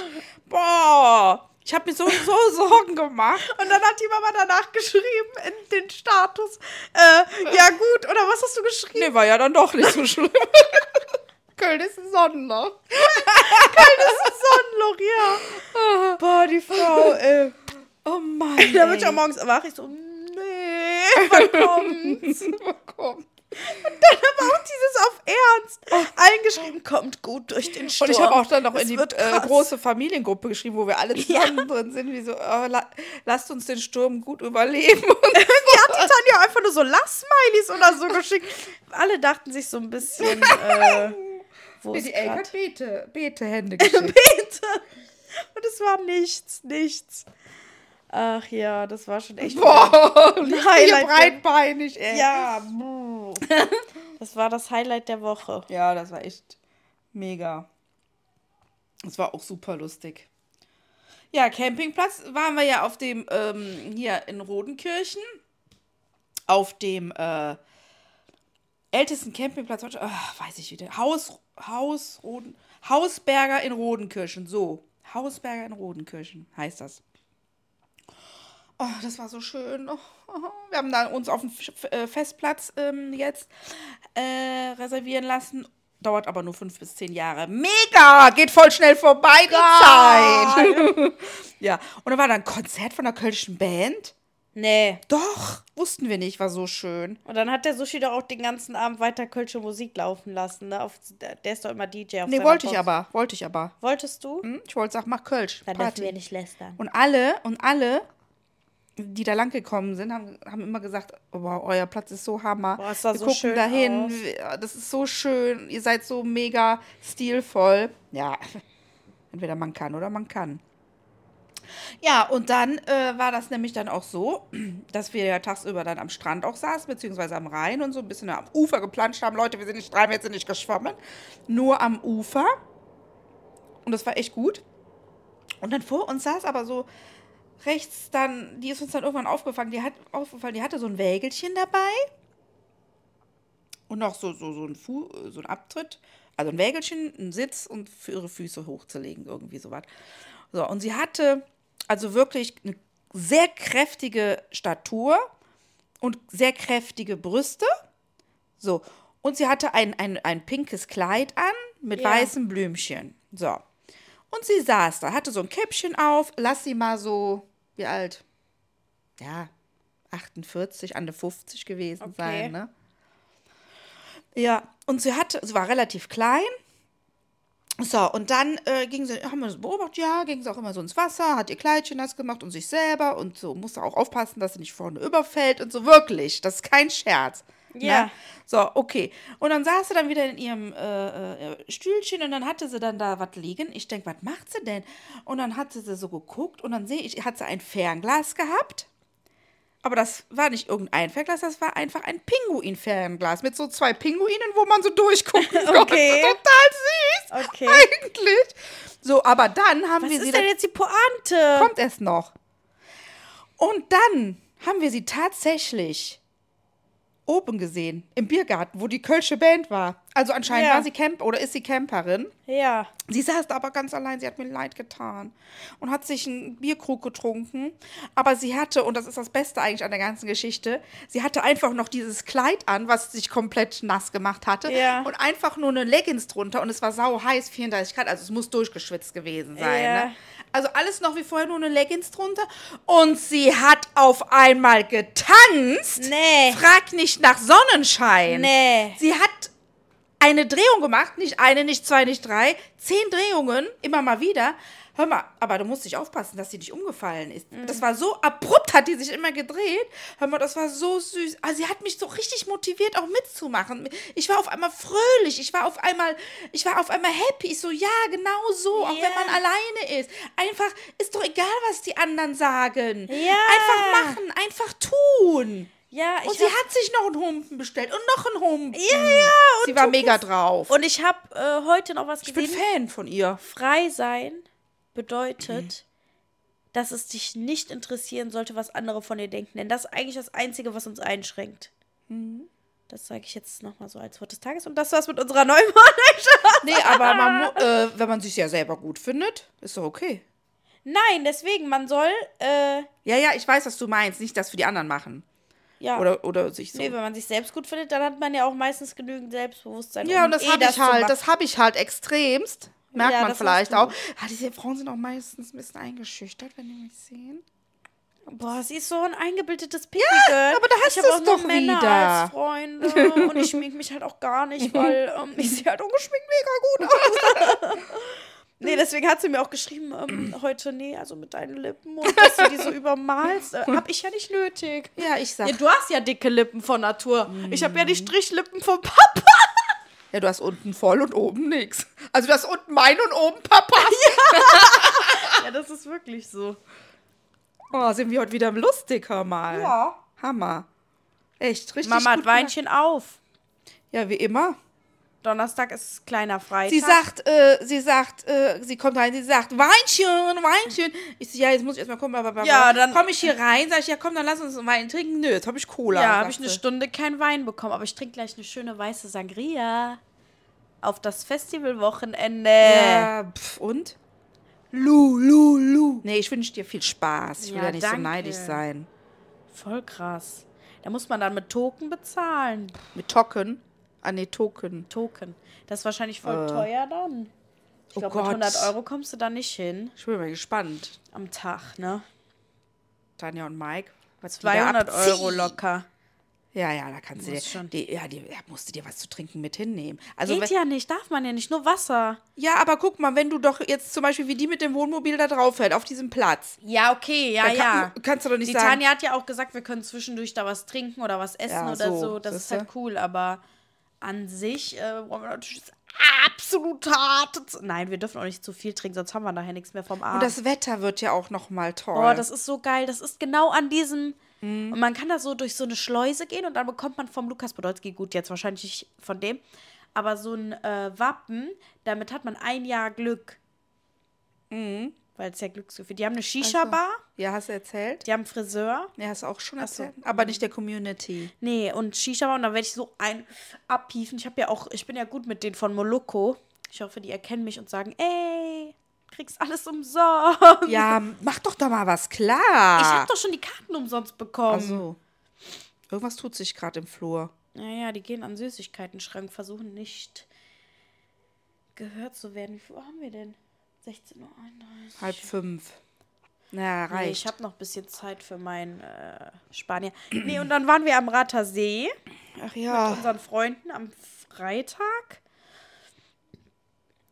Speaker 3: Boah. Ich habe mir so, so Sorgen gemacht.
Speaker 5: Und dann hat die Mama danach geschrieben in den Status, äh, ja gut, oder was hast du geschrieben?
Speaker 3: Nee, war ja dann doch nicht so schlimm. Köln ist ein Sonnenloch.
Speaker 5: Sonnenloch, ja. Boah, die Frau, ey.
Speaker 3: Oh Mann.
Speaker 5: Da wird ich auch morgens wach. Ich so, nee, wann kommt's?
Speaker 3: Komm.
Speaker 5: Dann aber auch dieses auf Ernst. Eingeschrieben, kommt gut durch den
Speaker 3: Oh.
Speaker 5: Sturm.
Speaker 3: Und ich habe auch dann noch
Speaker 5: Es
Speaker 3: in die
Speaker 5: wird
Speaker 3: äh,
Speaker 5: krass.
Speaker 3: große Familiengruppe geschrieben, wo wir alle zusammen drin sind, wie so, oh, la lasst uns den Sturm gut überleben. Und
Speaker 5: Die hat die Tanja einfach nur so Lachsmileys oder so geschickt. Alle dachten sich so ein bisschen, äh, wo ist
Speaker 3: die Elke
Speaker 5: grad?
Speaker 3: hat Bete, Betehände geschickt.
Speaker 5: Bete. Und es war nichts, nichts. Ach ja, das war schon echt.
Speaker 3: Boah, liegt
Speaker 5: Highlight.
Speaker 3: hier breitbeinig, ey.
Speaker 5: Ja, buh. das war das Highlight der Woche.
Speaker 3: Ja, das war echt mega. Das war auch super lustig. Ja, Campingplatz waren wir ja auf dem, ähm, hier in Rodenkirchen, auf dem äh, ältesten Campingplatz, Deutschlands. Ach, weiß ich wieder, Haus, Haus, Roden, Hausberger in Rodenkirchen, so, Hausberger in Rodenkirchen heißt das. Oh, das war so schön. Oh, oh. Wir haben dann uns auf dem F- F- äh, Festplatz ähm, jetzt äh, reservieren lassen. Dauert aber nur fünf bis zehn Jahre. Mega! Geht voll schnell vorbei, die Zeit. ja, und da war dann ein Konzert von der Kölschen Band.
Speaker 5: Nee.
Speaker 3: Doch, wussten wir nicht, war so schön.
Speaker 5: Und dann hat der Sushi doch auch den ganzen Abend weiter kölsche Musik laufen lassen. Ne? Auf, der der ist doch immer DJ. Auf
Speaker 3: Nee,
Speaker 5: seiner
Speaker 3: wollte ich
Speaker 5: Box.
Speaker 3: aber, wollte ich aber.
Speaker 5: Wolltest du?
Speaker 3: Hm? Ich wollte sagen, mach Kölsch.
Speaker 5: Dann dürfen
Speaker 3: Party.
Speaker 5: wir nicht lästern.
Speaker 3: Und alle, und alle, die da lang gekommen sind, haben, haben immer gesagt, "Oh, wow, euer Platz ist so Hammer.
Speaker 5: Boah, es sah
Speaker 3: wir
Speaker 5: so
Speaker 3: gucken
Speaker 5: schön
Speaker 3: dahin,
Speaker 5: aus."
Speaker 3: wir- das ist so schön, ihr seid so mega stilvoll. Ja, entweder man kann oder man kann. Ja, und dann äh, war das nämlich dann auch so, dass wir ja tagsüber dann am Strand auch saßen, beziehungsweise am Rhein und so ein bisschen am Ufer geplanscht haben. Leute, wir sind nicht rein, wir sind nicht geschwommen, nur am Ufer. Und das war echt gut. Und dann vor uns saß aber so rechts dann, die ist uns dann irgendwann aufgefallen, die hat aufgefallen, die hatte so ein Wägelchen dabei und noch so, so, so, ein, Fu so ein Abtritt, also ein Wägelchen, ein Sitz und für ihre Füße hochzulegen, irgendwie sowas. So, und sie hatte also wirklich eine sehr kräftige Statur und sehr kräftige Brüste. So, und sie hatte ein, ein, ein pinkes Kleid an mit
Speaker 5: Ja.
Speaker 3: weißen Blümchen. So. Und sie saß da, hatte so ein Käppchen auf, lass sie mal so, wie alt? Ja, 48, an der 50 gewesen
Speaker 5: Okay.
Speaker 3: sein, ne? Ja, und sie hatte, sie war relativ klein. So, und dann äh, ging sie, haben wir das beobachtet, ja, ging sie auch immer so ins Wasser, hat ihr Kleidchen nass gemacht und sich selber und so, musste auch aufpassen, dass sie nicht vorne überfällt und so, wirklich, das ist kein Scherz.
Speaker 5: Ja.
Speaker 3: Ne? So, okay. Und dann saß sie dann wieder in ihrem äh, äh, Stühlchen und dann hatte sie dann da was liegen. Ich denke, was macht sie denn? Und dann hatte sie so geguckt und dann sehe ich, hat sie ein Fernglas gehabt. Aber das war nicht irgendein Fernglas, das war einfach ein Pinguin-Fernglas mit so zwei Pinguinen, wo man so durchgucken konnte.
Speaker 5: Okay.
Speaker 3: Total süß.
Speaker 5: Okay.
Speaker 3: Eigentlich. So, aber dann haben
Speaker 5: Was
Speaker 3: wir
Speaker 5: ist
Speaker 3: sie
Speaker 5: denn
Speaker 3: dann-
Speaker 5: jetzt die Pointe?
Speaker 3: kommt erst noch. Und dann haben wir sie tatsächlich oben gesehen, im Biergarten, wo die Kölsche Band war. Also anscheinend
Speaker 5: Ja.
Speaker 3: war sie Camp oder ist sie Camperin.
Speaker 5: Ja.
Speaker 3: Sie saß da aber ganz allein, sie hat mir leid getan und hat sich einen Bierkrug getrunken. Aber sie hatte, und das ist das Beste eigentlich an der ganzen Geschichte, sie hatte einfach noch dieses Kleid an, was sich komplett nass gemacht hatte.
Speaker 5: Ja.
Speaker 3: Und einfach nur eine Leggings drunter und es war sau heiß, 34 Grad, also es muss durchgeschwitzt gewesen sein.
Speaker 5: Ja.
Speaker 3: Ne? Also alles noch wie vorher, nur eine Leggings drunter. Und sie hat auf einmal getanzt.
Speaker 5: Nee.
Speaker 3: Frag nicht nach Sonnenschein.
Speaker 5: Nee.
Speaker 3: Sie hat eine Drehung gemacht, nicht eine, nicht zwei, nicht drei, zehn Drehungen, immer mal wieder. Hör mal, aber du musst dich aufpassen, dass sie nicht umgefallen ist.
Speaker 5: Mhm.
Speaker 3: Das war so abrupt, hat die sich immer gedreht. Hör mal, das war so süß. Also sie hat mich so richtig motiviert, auch mitzumachen. Ich war auf einmal fröhlich, ich war auf einmal, ich war auf einmal happy. Ich so, ja, genau so, auch
Speaker 5: Ja.
Speaker 3: wenn man alleine ist. Einfach, ist doch egal, was die anderen sagen.
Speaker 5: Ja.
Speaker 3: Einfach machen, einfach tun.
Speaker 5: Ja, ich
Speaker 3: Und sie
Speaker 5: hab-
Speaker 3: hat sich noch einen Humpen bestellt und noch einen Humpen.
Speaker 5: Ja, ja. Und
Speaker 3: Sie war
Speaker 5: du
Speaker 3: mega
Speaker 5: bist-
Speaker 3: drauf.
Speaker 5: Und ich habe äh, heute noch was
Speaker 3: ich
Speaker 5: gesehen.
Speaker 3: bin Fan von ihr.
Speaker 5: Frei sein bedeutet, dass es dich nicht interessieren sollte, was andere von dir denken. Denn das ist eigentlich das Einzige, was uns einschränkt.
Speaker 3: Mhm.
Speaker 5: Das sage ich jetzt nochmal so als Wort des Tages. Und das war's mit unserer Neumann.
Speaker 3: Nee, aber man mu- äh, wenn man sich ja selber gut findet, ist doch okay.
Speaker 5: Nein, deswegen, man soll, äh,
Speaker 3: Ja, ja, ich weiß, was du meinst. Nicht das für die anderen machen.
Speaker 5: ja.
Speaker 3: Oder, oder sich so.
Speaker 5: nee, wenn man sich selbst gut findet, dann hat man ja auch meistens genügend Selbstbewusstsein.
Speaker 3: ja,
Speaker 5: um
Speaker 3: und das
Speaker 5: eh
Speaker 3: habe ich
Speaker 5: zu
Speaker 3: halt.
Speaker 5: machen.
Speaker 3: Das habe ich halt extremst. Merkt
Speaker 5: Ja,
Speaker 3: man
Speaker 5: das
Speaker 3: vielleicht
Speaker 5: hast
Speaker 3: auch.
Speaker 5: du.
Speaker 3: Ah, diese Frauen sind auch meistens ein bisschen eingeschüchtert, wenn die mich sehen.
Speaker 5: Boah, sie ist so ein eingebildetes Pickle.
Speaker 3: aber da hast
Speaker 5: ich hab
Speaker 3: du's
Speaker 5: auch nur
Speaker 3: doch
Speaker 5: Männer
Speaker 3: wieder.
Speaker 5: als Freunde und ich schmink mich halt auch gar nicht, weil ähm, ich sehe halt ungeschminkt mega gut aus. nee, deswegen hat sie mir auch geschrieben, ähm, heute nee, also mit deinen Lippen und dass du die so übermalst, äh, hab ich ja nicht nötig.
Speaker 3: Ja, ich sag.
Speaker 5: Ja,
Speaker 3: Ja,
Speaker 5: du hast ja dicke Lippen von Natur. Ich habe ja die Strichlippen vom Papa.
Speaker 3: du hast unten voll und oben nix. Also du hast unten mein und oben Papa.
Speaker 5: Ja, das ist wirklich so.
Speaker 3: Oh, sind wir heute wieder lustig, hör mal. Ja. Hammer. Echt, richtig.
Speaker 5: Mama hat
Speaker 3: gut gemacht.
Speaker 5: Weinchen auf.
Speaker 3: Ja, wie immer.
Speaker 5: Donnerstag ist kleiner Freitag.
Speaker 3: Sie sagt, äh, sie sagt, äh, sie kommt rein, sie sagt,
Speaker 4: "Oh,
Speaker 3: Weinchen, Weinchen. Ich so, ja, jetzt muss ich erstmal kommen, aber
Speaker 5: Ja, dann-
Speaker 3: komme ich hier rein, sag ich, ja komm, dann lass uns einen Wein trinken. Nö, jetzt habe ich Cola.
Speaker 5: Ja,
Speaker 3: sagt
Speaker 5: habe ich eine
Speaker 3: sie.
Speaker 5: Stunde keinen Wein bekommen, aber ich trinke gleich eine schöne weiße Sangria. Auf das Festivalwochenende.
Speaker 3: Ja, pf, und? Lu, lu, lu. Nee, ich wünsche dir viel Spaß. Ich will
Speaker 5: Ja,
Speaker 3: ja nicht
Speaker 5: danke.
Speaker 3: so neidisch sein.
Speaker 5: Voll krass. Da muss man dann mit Token bezahlen.
Speaker 3: Mit Token. Ah, nee, Token.
Speaker 5: Token. Das ist wahrscheinlich voll teuer dann. Ich
Speaker 3: Äh. Oh
Speaker 5: glaube, mit
Speaker 3: Gott.
Speaker 5: 100 Euro kommst du da nicht hin.
Speaker 3: Ich bin mal gespannt.
Speaker 5: Am Tag, ne?
Speaker 3: Tanja und Mike. Was die da
Speaker 5: 200 Euro
Speaker 3: abziehen.
Speaker 5: locker.
Speaker 3: Ja, ja, da kannst du dir,
Speaker 5: Muss schon.
Speaker 3: die, ja, die, ja, musst du dir was zu trinken mit hinnehmen. Also,
Speaker 5: Geht
Speaker 3: wenn,
Speaker 5: ja nicht, darf man ja nicht. Nur Wasser.
Speaker 3: Ja, aber guck mal, wenn du doch jetzt zum Beispiel wie die mit dem Wohnmobil da drauf fährt, auf diesem Platz.
Speaker 5: Ja, okay, ja,
Speaker 3: Dann kann- kannst du doch nicht
Speaker 5: Die
Speaker 3: sagen-
Speaker 5: Tanja hat ja auch gesagt, wir können zwischendurch da was trinken oder was essen
Speaker 3: Ja,
Speaker 5: oder so.
Speaker 3: so,
Speaker 5: Das ist
Speaker 3: siehste.
Speaker 5: halt cool, aber an sich äh, wollen wir natürlich das absolut harte. Z- Nein, wir dürfen auch nicht zu viel trinken, sonst haben wir nachher nichts mehr vom Abend.
Speaker 3: Und das Wetter wird ja auch nochmal toll.
Speaker 5: Boah, das ist so geil. Das ist genau an diesem. Und man kann da so durch so eine Schleuse gehen und dann bekommt man vom Lukas Podolski, gut, jetzt wahrscheinlich nicht von dem, aber so ein äh, Wappen, damit hat man ein Jahr Glück. Weil es ja Glücksgefühl. Die haben eine Shisha-Bar,
Speaker 3: ja, hast du erzählt?
Speaker 5: die haben einen Friseur.
Speaker 3: Ja, hast du auch schon
Speaker 5: so.
Speaker 3: erzählt. Aber nicht der Community.
Speaker 5: Nee, und Shisha war und dann werde ich so ein abhiefen. Ich habe ja auch, ich bin ja gut mit denen von Moloko. Ich hoffe, die erkennen mich und sagen, ey, kriegst alles umsonst.
Speaker 3: Ja, mach doch da mal was klar.
Speaker 5: Ich habe doch schon die Karten umsonst bekommen.
Speaker 3: Also, irgendwas tut sich gerade im Flur.
Speaker 5: Naja, die gehen an Süßigkeiten-Schrank, versuchen nicht gehört zu werden. Wie viel Uhr haben wir denn? 16.31 Uhr.
Speaker 3: Halb fünf. Na,
Speaker 5: Nee,
Speaker 3: reicht.
Speaker 5: ich habe noch ein bisschen Zeit für meinen äh, Spanier. Nee, und dann waren wir am Rater See.
Speaker 3: Ach ja.
Speaker 5: unseren Freunden am Freitag.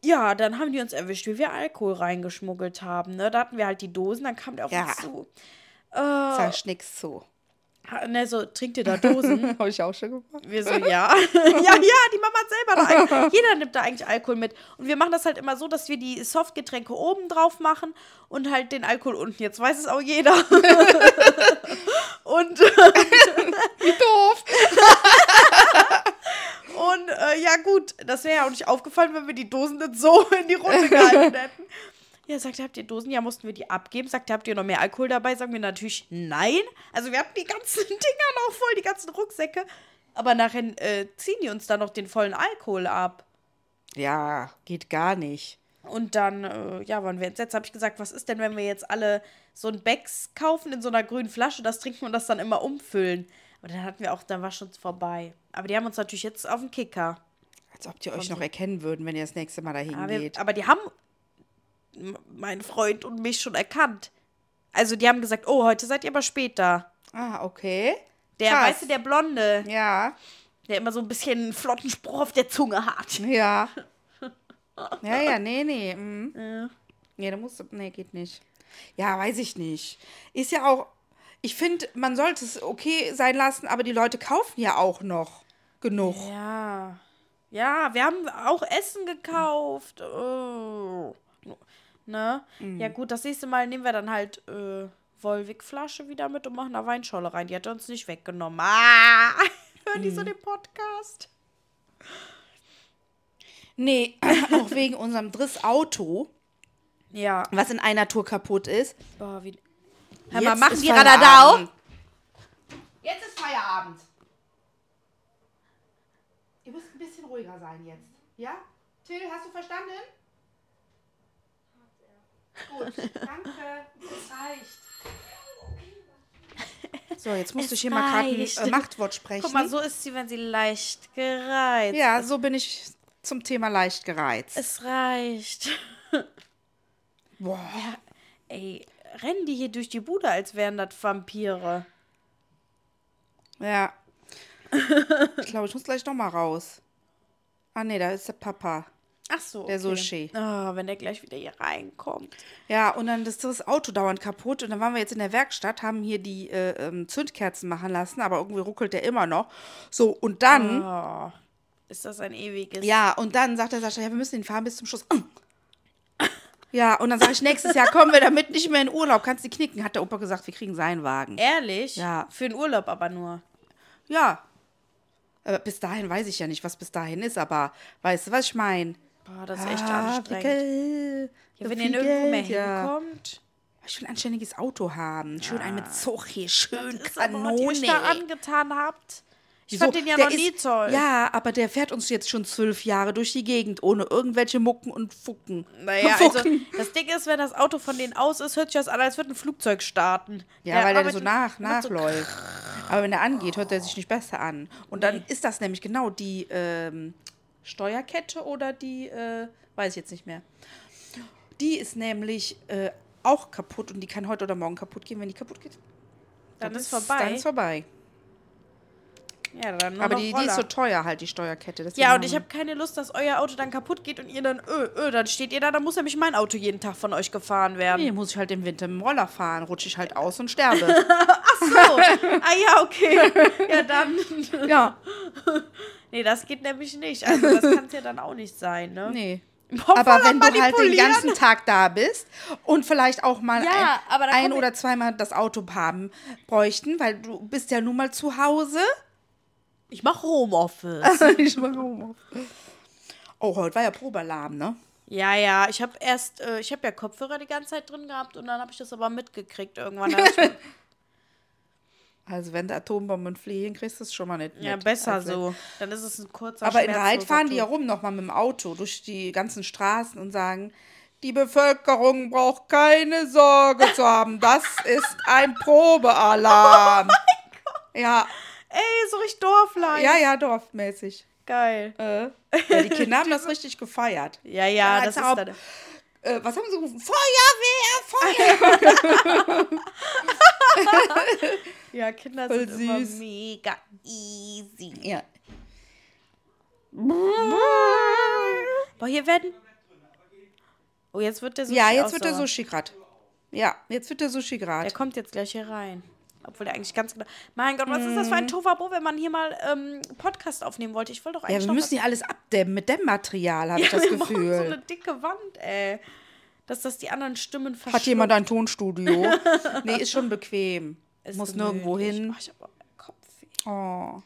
Speaker 5: Ja, dann haben die uns erwischt, wie wir Alkohol reingeschmuggelt haben. Ne? Da hatten wir halt die Dosen, dann kam der auf
Speaker 3: Ja.
Speaker 5: uns zu.
Speaker 3: Sagst nix zu.
Speaker 5: Ha- Ne, so, trinkt ihr da Dosen?
Speaker 3: Habe ich auch schon gemacht.
Speaker 5: Wir so, ja. ja, ja, die Mama hat selber da Alkohol. Jeder nimmt da eigentlich Alkohol mit. Und wir machen das halt immer so, dass wir die Softgetränke oben drauf machen und halt den Alkohol unten. Jetzt weiß es auch jeder. und
Speaker 3: Wie doof.
Speaker 5: Und äh, ja, gut, das wäre ja auch nicht aufgefallen, wenn wir die Dosen nicht so in die Runde gehalten hätten. Ja, sagt er, habt ihr Dosen? Ja, mussten wir die abgeben. Sagt er, habt ihr noch mehr Alkohol dabei? Sagen wir natürlich nein. Also wir hatten die ganzen Dinger noch voll, die ganzen Rucksäcke. Aber nachher äh, ziehen die uns dann noch den vollen Alkohol ab.
Speaker 4: Ja, geht gar nicht.
Speaker 5: Und dann, äh, ja, waren wir entsetzt. Habe ich gesagt, was ist denn, wenn wir jetzt alle so ein Becks kaufen in so einer grünen Flasche, das trinken und das dann immer umfüllen? Aber dann hatten wir auch, dann war schon vorbei. Aber die haben uns natürlich jetzt auf den Kicker.
Speaker 4: Als ob die euch noch erkennen würden, wenn ihr das nächste Mal dahin
Speaker 5: Aber,
Speaker 4: geht.
Speaker 5: Ah, wir, aber die haben m- meinen Freund und mich schon erkannt. Also die haben gesagt, oh, heute seid ihr aber später.
Speaker 4: ah, okay.
Speaker 5: Der,
Speaker 4: Krass.
Speaker 5: weißt du, der Blonde,
Speaker 4: Ja,
Speaker 5: der immer so ein bisschen einen flotten Spruch auf der Zunge hat.
Speaker 4: ja. Ja, ja, nee, nee. Mhm. Ja, da musst du. Nee, geht nicht. Ja, weiß ich nicht. Ist ja auch. Ich finde, man sollte es okay sein lassen, aber die Leute kaufen ja auch noch genug.
Speaker 5: Ja. Ja, wir haben auch Essen gekauft. Oh. Ne?
Speaker 4: Mhm.
Speaker 5: Ja, gut, das nächste Mal nehmen wir dann halt äh, Wolwig-Flasche wieder mit und machen da Weinscholle rein. Die hat er uns nicht weggenommen. Ah! Hören die
Speaker 4: Mhm.
Speaker 5: so den Podcast?
Speaker 4: Nee, auch wegen unserem Driss-Auto,
Speaker 5: Ja.
Speaker 4: was in einer Tour kaputt ist.
Speaker 5: Boah, wie.
Speaker 4: Hör
Speaker 5: mal, machen die Radadau?
Speaker 4: Radadau? Jetzt ist Feierabend. Ihr müsst ein bisschen ruhiger sein jetzt. Ja? Till, hast du verstanden? Gut, danke. Es reicht. So, jetzt musste ich hier mal gerade
Speaker 5: reicht.
Speaker 4: ein äh, Machtwort sprechen.
Speaker 5: Guck mal, so ist sie, wenn sie leicht gereizt.
Speaker 4: ja, so bin ich zum Thema leicht gereizt.
Speaker 5: Es reicht.
Speaker 4: Boah.
Speaker 5: Ey, rennen die hier durch die Bude, als wären das Vampire.
Speaker 4: Ja. Ich glaube, ich muss gleich noch mal raus. Ah, nee, da ist der Papa.
Speaker 5: Ach so.
Speaker 4: Der
Speaker 5: okay.
Speaker 4: Sushi.
Speaker 5: Ah, wenn der gleich wieder hier reinkommt.
Speaker 4: Ja, und dann ist das Auto dauernd kaputt. Und dann waren wir jetzt in der Werkstatt, haben hier die äh, ähm, Zündkerzen machen lassen, aber irgendwie ruckelt der immer noch. So, und dann,
Speaker 5: Ah. Ist das ein ewiges.
Speaker 4: ja, und dann sagt der Sascha, ja, wir müssen ihn fahren bis zum Schluss. Ja, und dann sage ich, nächstes Jahr kommen wir damit nicht mehr in Urlaub. Kannst du knicken, hat der Opa gesagt, wir kriegen seinen Wagen.
Speaker 5: Ehrlich?
Speaker 4: Ja.
Speaker 5: Für den Urlaub aber nur.
Speaker 4: Ja. Aber Äh, bis dahin weiß ich ja nicht, was bis dahin ist, aber weißt du, was ich meine?
Speaker 5: Boah, das ist echt anstrengend.
Speaker 4: Afrika,
Speaker 5: Ja, wenn
Speaker 4: so
Speaker 5: ihr
Speaker 4: viel
Speaker 5: nirgendwo mehr
Speaker 4: Geld, Ah, ja.
Speaker 5: hinkommt.
Speaker 4: Ich will ein anständiges Auto haben. Schön ein mit Zochi, schön
Speaker 5: Ah. Ist aber, was ihr
Speaker 4: Kanone.
Speaker 5: euch da angetan habt. Ich
Speaker 4: Wieso?
Speaker 5: fand den ja
Speaker 4: Der
Speaker 5: noch nie
Speaker 4: ist-
Speaker 5: toll.
Speaker 4: Ja, aber der fährt uns jetzt schon zwölf Jahre durch die Gegend ohne irgendwelche Mucken und Fucken.
Speaker 5: Naja, also
Speaker 4: Fucken.
Speaker 5: das Ding ist, wenn das Auto von denen aus ist, hört sich das an, als würde ein Flugzeug starten.
Speaker 4: ja, weil der
Speaker 5: arbeitet-
Speaker 4: so nach,
Speaker 5: macht so-
Speaker 4: nachläuft. Aber wenn er angeht, hört er sich nicht besser an. Und dann ist das nämlich genau die ähm, Steuerkette oder die, äh, weiß ich jetzt nicht mehr. Die ist nämlich äh, auch kaputt und die kann heute oder morgen kaputt gehen. Wenn die kaputt geht,
Speaker 5: Dann ist vorbei.
Speaker 4: Dann ist vorbei.
Speaker 5: ja, dann nur
Speaker 4: Aber
Speaker 5: noch
Speaker 4: die, die ist
Speaker 5: Roller.
Speaker 4: so teuer halt, die Steuerkette. deswegen
Speaker 5: Ja, und
Speaker 4: haben
Speaker 5: ich
Speaker 4: wir-
Speaker 5: habe keine Lust, dass euer Auto dann kaputt geht und ihr dann, öh, öh, dann steht ihr da, dann muss nämlich mein Auto jeden Tag von euch gefahren werden.
Speaker 4: Nee, muss ich halt im Winter mit dem Roller fahren, rutsche ich halt aus und sterbe.
Speaker 5: So, ah ja, okay. Ja, dann.
Speaker 4: ja.
Speaker 5: Nee, das geht nämlich nicht. Also, das kann es ja dann auch nicht sein, ne?
Speaker 4: Nee.
Speaker 5: Boah,
Speaker 4: Aber
Speaker 5: voll am
Speaker 4: wenn du halt den
Speaker 5: Manipulieren.
Speaker 4: ganzen Tag da bist und vielleicht auch mal
Speaker 5: Ja,
Speaker 4: ein,
Speaker 5: aber da
Speaker 4: ein
Speaker 5: kommt-
Speaker 4: oder zweimal das Auto haben bräuchten, weil du bist ja nun mal zu Hause.
Speaker 5: Ich mach Homeoffice.
Speaker 4: ich mach Homeoffice. Oh, heute war ja Probealarm, ne?
Speaker 5: ja, ja, ich habe erst, äh, ich habe ja Kopfhörer die ganze Zeit drin gehabt und dann habe ich das aber mitgekriegt irgendwann. Da hab ich,
Speaker 4: Also wenn die Atombomben fliegen, kriegst du es schon mal nicht
Speaker 5: ja,
Speaker 4: mit.
Speaker 5: besser
Speaker 4: Also-
Speaker 5: so. Dann ist es ein kurzer
Speaker 4: Aber in Reit
Speaker 5: schmerzloser
Speaker 4: fahren die ja
Speaker 5: Tod.
Speaker 4: rum nochmal mit dem Auto durch die ganzen Straßen und sagen, die Bevölkerung braucht keine Sorge zu haben. Das ist ein Probealarm.
Speaker 5: Oh
Speaker 4: Ja,
Speaker 5: Ey, so richtig Dorflein.
Speaker 4: ja, Äh. ja, dorfmäßig.
Speaker 5: Geil.
Speaker 4: Ja, die Kinder haben das richtig gefeiert.
Speaker 5: Ja, ja,
Speaker 4: Ja,
Speaker 5: das ist
Speaker 4: als ob-
Speaker 5: dann.
Speaker 4: Äh, was haben sie gerufen? Feuerwehr, Feuerwehr.
Speaker 5: Ja, Kinder
Speaker 4: Voll
Speaker 5: sind immer
Speaker 4: süß.
Speaker 5: mega easy.
Speaker 4: Ja.
Speaker 5: Boah, hier werden. Oh, jetzt wird der Sushi.
Speaker 4: ja,
Speaker 5: auch
Speaker 4: jetzt wird der
Speaker 5: sauer.
Speaker 4: Sushi grad. Ja, jetzt wird der Sushi
Speaker 5: Der
Speaker 4: grad.
Speaker 5: kommt jetzt gleich hier rein. Obwohl der eigentlich ganz genau. Mein Gott, was ist das für ein Tovabo, wenn man hier mal ähm, Podcast aufnehmen wollte? Ich wollte doch
Speaker 4: Mhm. Ja,
Speaker 5: eigentlich
Speaker 4: wir
Speaker 5: noch
Speaker 4: müssen hier alles abdämmen mit dem Material, habe ich
Speaker 5: Ja,
Speaker 4: das
Speaker 5: wir brauchen so eine
Speaker 4: Gefühl.
Speaker 5: dicke Wand, ey. Dass das die anderen Stimmen
Speaker 4: Hat jemand ein Tonstudio? nee, ist schon bequem. Muss nirgendwo hin.
Speaker 5: Oh, ich habe Kopfweh.
Speaker 4: Oh.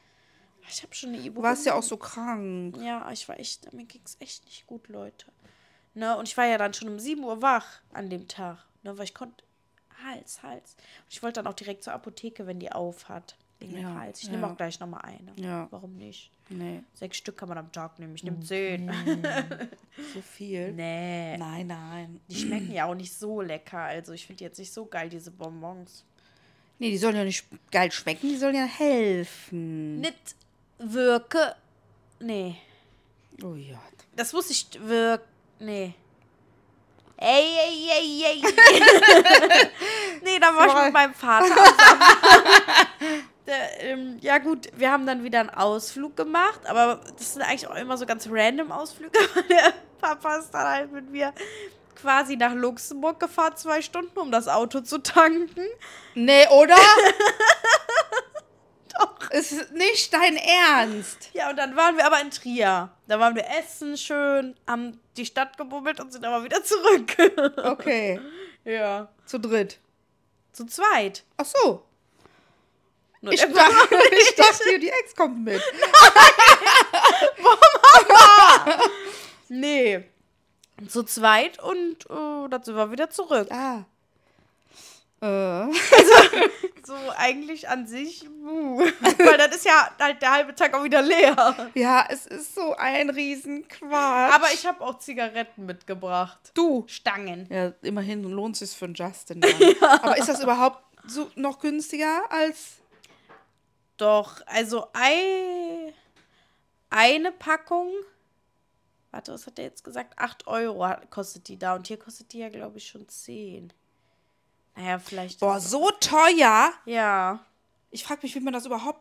Speaker 5: Ich habe schon eine Ibu.
Speaker 4: Du warst ja auch so krank.
Speaker 5: Ja, ich war echt, mir ging's echt nicht gut, Leute. Ne, und ich war ja dann schon um 7 Uhr wach an dem Tag, ne, weil ich konnte Hals, Hals. Und ich wollte dann auch direkt zur Apotheke, wenn die auf hat. gegen den
Speaker 4: Ja,
Speaker 5: Hals. Ich
Speaker 4: ja.
Speaker 5: nehme auch gleich nochmal eine.
Speaker 4: Ja.
Speaker 5: Warum nicht?
Speaker 4: Nee,
Speaker 5: Sechs Stück kann man am Tag nehmen. Ich nehme zehn.
Speaker 4: so viel.
Speaker 5: nee.
Speaker 4: Nein, nein.
Speaker 5: Die schmecken ja auch nicht so lecker. Also ich finde die jetzt nicht so geil, diese Bonbons.
Speaker 4: Nee, die sollen ja nicht geil schmecken, die sollen ja helfen.
Speaker 5: Nicht wirke. Nee.
Speaker 4: Oh ja.
Speaker 5: Das muss ich wirken. Nee. Ey, ey, ey, ey. nee, da war ich mit meinem Vater. zusammen. Der, ähm, ja gut, wir haben dann wieder einen Ausflug gemacht, aber das sind eigentlich auch immer so ganz random Ausflüge, weil der Papa ist dann halt mit mir quasi nach Luxemburg gefahren, zwei Stunden, um das Auto zu tanken.
Speaker 4: Nee, oder? Doch. Ist nicht dein Ernst.
Speaker 5: Ja, und dann waren wir aber in Trier. Da waren wir essen schön, haben die Stadt gebummelt und sind aber wieder zurück.
Speaker 4: Okay.
Speaker 5: ja.
Speaker 4: Zu dritt.
Speaker 5: Zu zweit.
Speaker 4: Ach so.
Speaker 5: Nur
Speaker 4: Ich
Speaker 5: der
Speaker 4: dachte, ich dachte hier, die Ex kommt mit.
Speaker 5: Nee. Zu zweit und äh, dann sind wir wieder zurück.
Speaker 4: Ah. Äh.
Speaker 5: So eigentlich an sich, buh. weil dann ist ja halt der halbe Tag auch wieder leer.
Speaker 4: Ja, es ist so ein Riesenquatsch.
Speaker 5: Aber ich habe auch Zigaretten mitgebracht.
Speaker 4: Du.
Speaker 5: Stangen.
Speaker 4: Ja, immerhin lohnt es sich für einen Justin. Dann. Aber ist das überhaupt so noch günstiger als.
Speaker 5: Doch, also ei, eine Packung, warte, was hat er jetzt gesagt? 8 Euro hat- kostet die da und hier kostet die ja, glaube ich, schon 10. Naja, vielleicht.
Speaker 4: Boah, so teuer.
Speaker 5: Ja.
Speaker 4: Ich frage mich, wie man das überhaupt.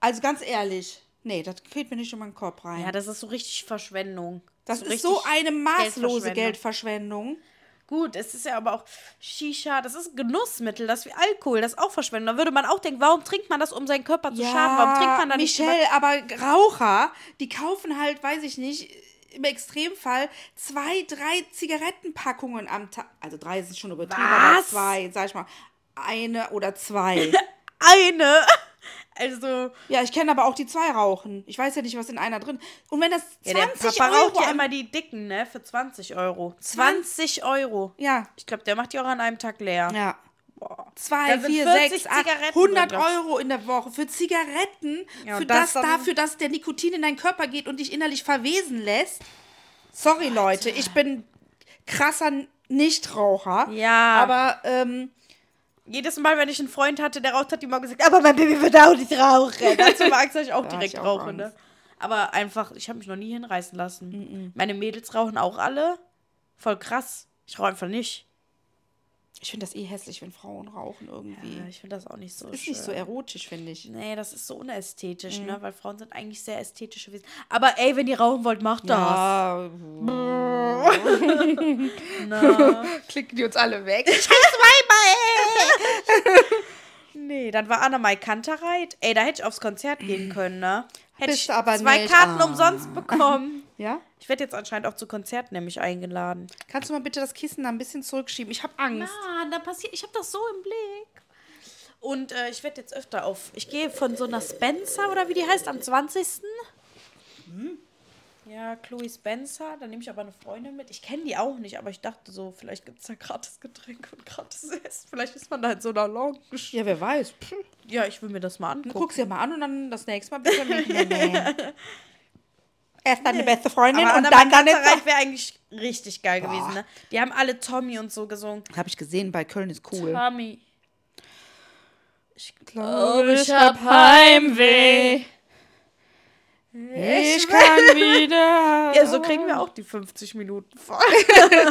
Speaker 4: Also ganz ehrlich. Nee, das kriegt mir nicht in meinen Kopf rein.
Speaker 5: Ja, das ist so richtig Verschwendung.
Speaker 4: das ist
Speaker 5: richtig
Speaker 4: so eine maßlose
Speaker 5: Geldverschwendung.
Speaker 4: Geldverschwendung.
Speaker 5: Gut, es ist ja aber auch Shisha, das ist ein Genussmittel, das ist wie Alkohol, das ist auch Verschwendung. Da würde man auch denken, warum trinkt man das, um seinen Körper zu schaden? Warum trinkt man da nicht
Speaker 4: Michelle, aber Raucher, die kaufen halt, weiß ich nicht, im Extremfall zwei, drei Zigarettenpackungen am Tag. Also drei sind schon übertrieben, aber
Speaker 5: Was?
Speaker 4: zwei, sag ich mal. Eine oder zwei.
Speaker 5: eine? Also,
Speaker 4: ja, ich kenne aber auch die zwei rauchen. Ich weiß ja nicht, was in einer drin. Und wenn das 20
Speaker 5: ja, der Papa
Speaker 4: Euro
Speaker 5: raucht ja
Speaker 4: am-
Speaker 5: immer die dicken, ne, für 20 Euro. 20 Euro.
Speaker 4: Ja.
Speaker 5: Ich glaube, der macht die auch an einem Tag leer.
Speaker 4: Ja.
Speaker 5: Boah.
Speaker 4: Zwei,
Speaker 5: Da sind
Speaker 4: vier,
Speaker 5: 40
Speaker 4: sechs, acht,
Speaker 5: Zigaretten
Speaker 4: 100
Speaker 5: drin, glaub ich.
Speaker 4: Euro in der Woche für Zigaretten,
Speaker 5: Ja,
Speaker 4: für
Speaker 5: und
Speaker 4: das,
Speaker 5: das dann-
Speaker 4: dafür, dass der Nikotin in deinen Körper geht und dich innerlich verwesen lässt. Sorry, Leute, ich bin krasser Nichtraucher.
Speaker 5: Ja.
Speaker 4: Aber ähm,
Speaker 5: Jedes Mal, wenn ich einen Freund hatte, der raucht, hat die immer gesagt, aber mein Baby wird auch nicht rauchen. Dazu war Angst, dass ich auch
Speaker 4: Da hatte
Speaker 5: direkt
Speaker 4: ich auch
Speaker 5: rauche. Ne?
Speaker 4: Angst.
Speaker 5: Aber einfach, ich habe mich noch nie hinreißen lassen. Meine Mädels rauchen auch alle. Voll krass. Ich rauche einfach nicht.
Speaker 4: ich finde das eh hässlich, wenn Frauen rauchen irgendwie.
Speaker 5: Ja, ich finde das auch nicht so
Speaker 4: Mm. ist
Speaker 5: schön.
Speaker 4: nicht so e- Mm. erotisch, finde ich.
Speaker 5: Nee, das ist so unästhetisch, ne? Weil Frauen sind eigentlich sehr ästhetische Wesen. Aber ey, wenn ihr rauchen wollt, macht das.
Speaker 4: Ah,
Speaker 5: Ne?
Speaker 4: klicken die uns alle weg.
Speaker 5: nee, dann war Anna Mai Kantereit. Ey, da hätte ich aufs Konzert gehen können, ne? Hätte
Speaker 4: Bist
Speaker 5: ich
Speaker 4: du aber
Speaker 5: zwei
Speaker 4: nicht.
Speaker 5: Karten
Speaker 4: Ah.
Speaker 5: umsonst bekommen.
Speaker 4: ja?
Speaker 5: Ich werde jetzt anscheinend auch zu Konzerten nämlich eingeladen.
Speaker 4: Kannst du mal bitte das Kissen da ein bisschen zurückschieben? Ich habe Angst.
Speaker 5: Mann, Ah, da passiert, ich habe das so im Blick. Und äh, ich werde jetzt öfter auf. Ich gehe von so einer Spencer oder wie die heißt am 20. Hm? Ja, Chloe Spencer. Dann nehme ich aber eine Freundin mit. Ich kenne die auch nicht, aber ich dachte so, vielleicht gibt es da gratis Getränke und gratis Essen. Vielleicht ist man da in so einer Lounge.
Speaker 4: Ja, wer weiß. Pff,
Speaker 5: Ja, ich will mir das mal
Speaker 4: Du
Speaker 5: angucken.
Speaker 4: guckst dir mal an und dann das nächste Mal bist du mit mir. Nee. Erst deine beste Freundin
Speaker 5: aber
Speaker 4: und dann deine.
Speaker 5: Kanzerei wäre eigentlich richtig geil gewesen. Ne? Die haben alle Tommy und so gesungen.
Speaker 4: Habe ich gesehen, bei Köln ist cool.
Speaker 5: Tommy. Ich
Speaker 4: glaube, ich hab Heimweh. Ich kann wieder.
Speaker 5: Ja, so kriegen wir auch die 50 Minuten voll.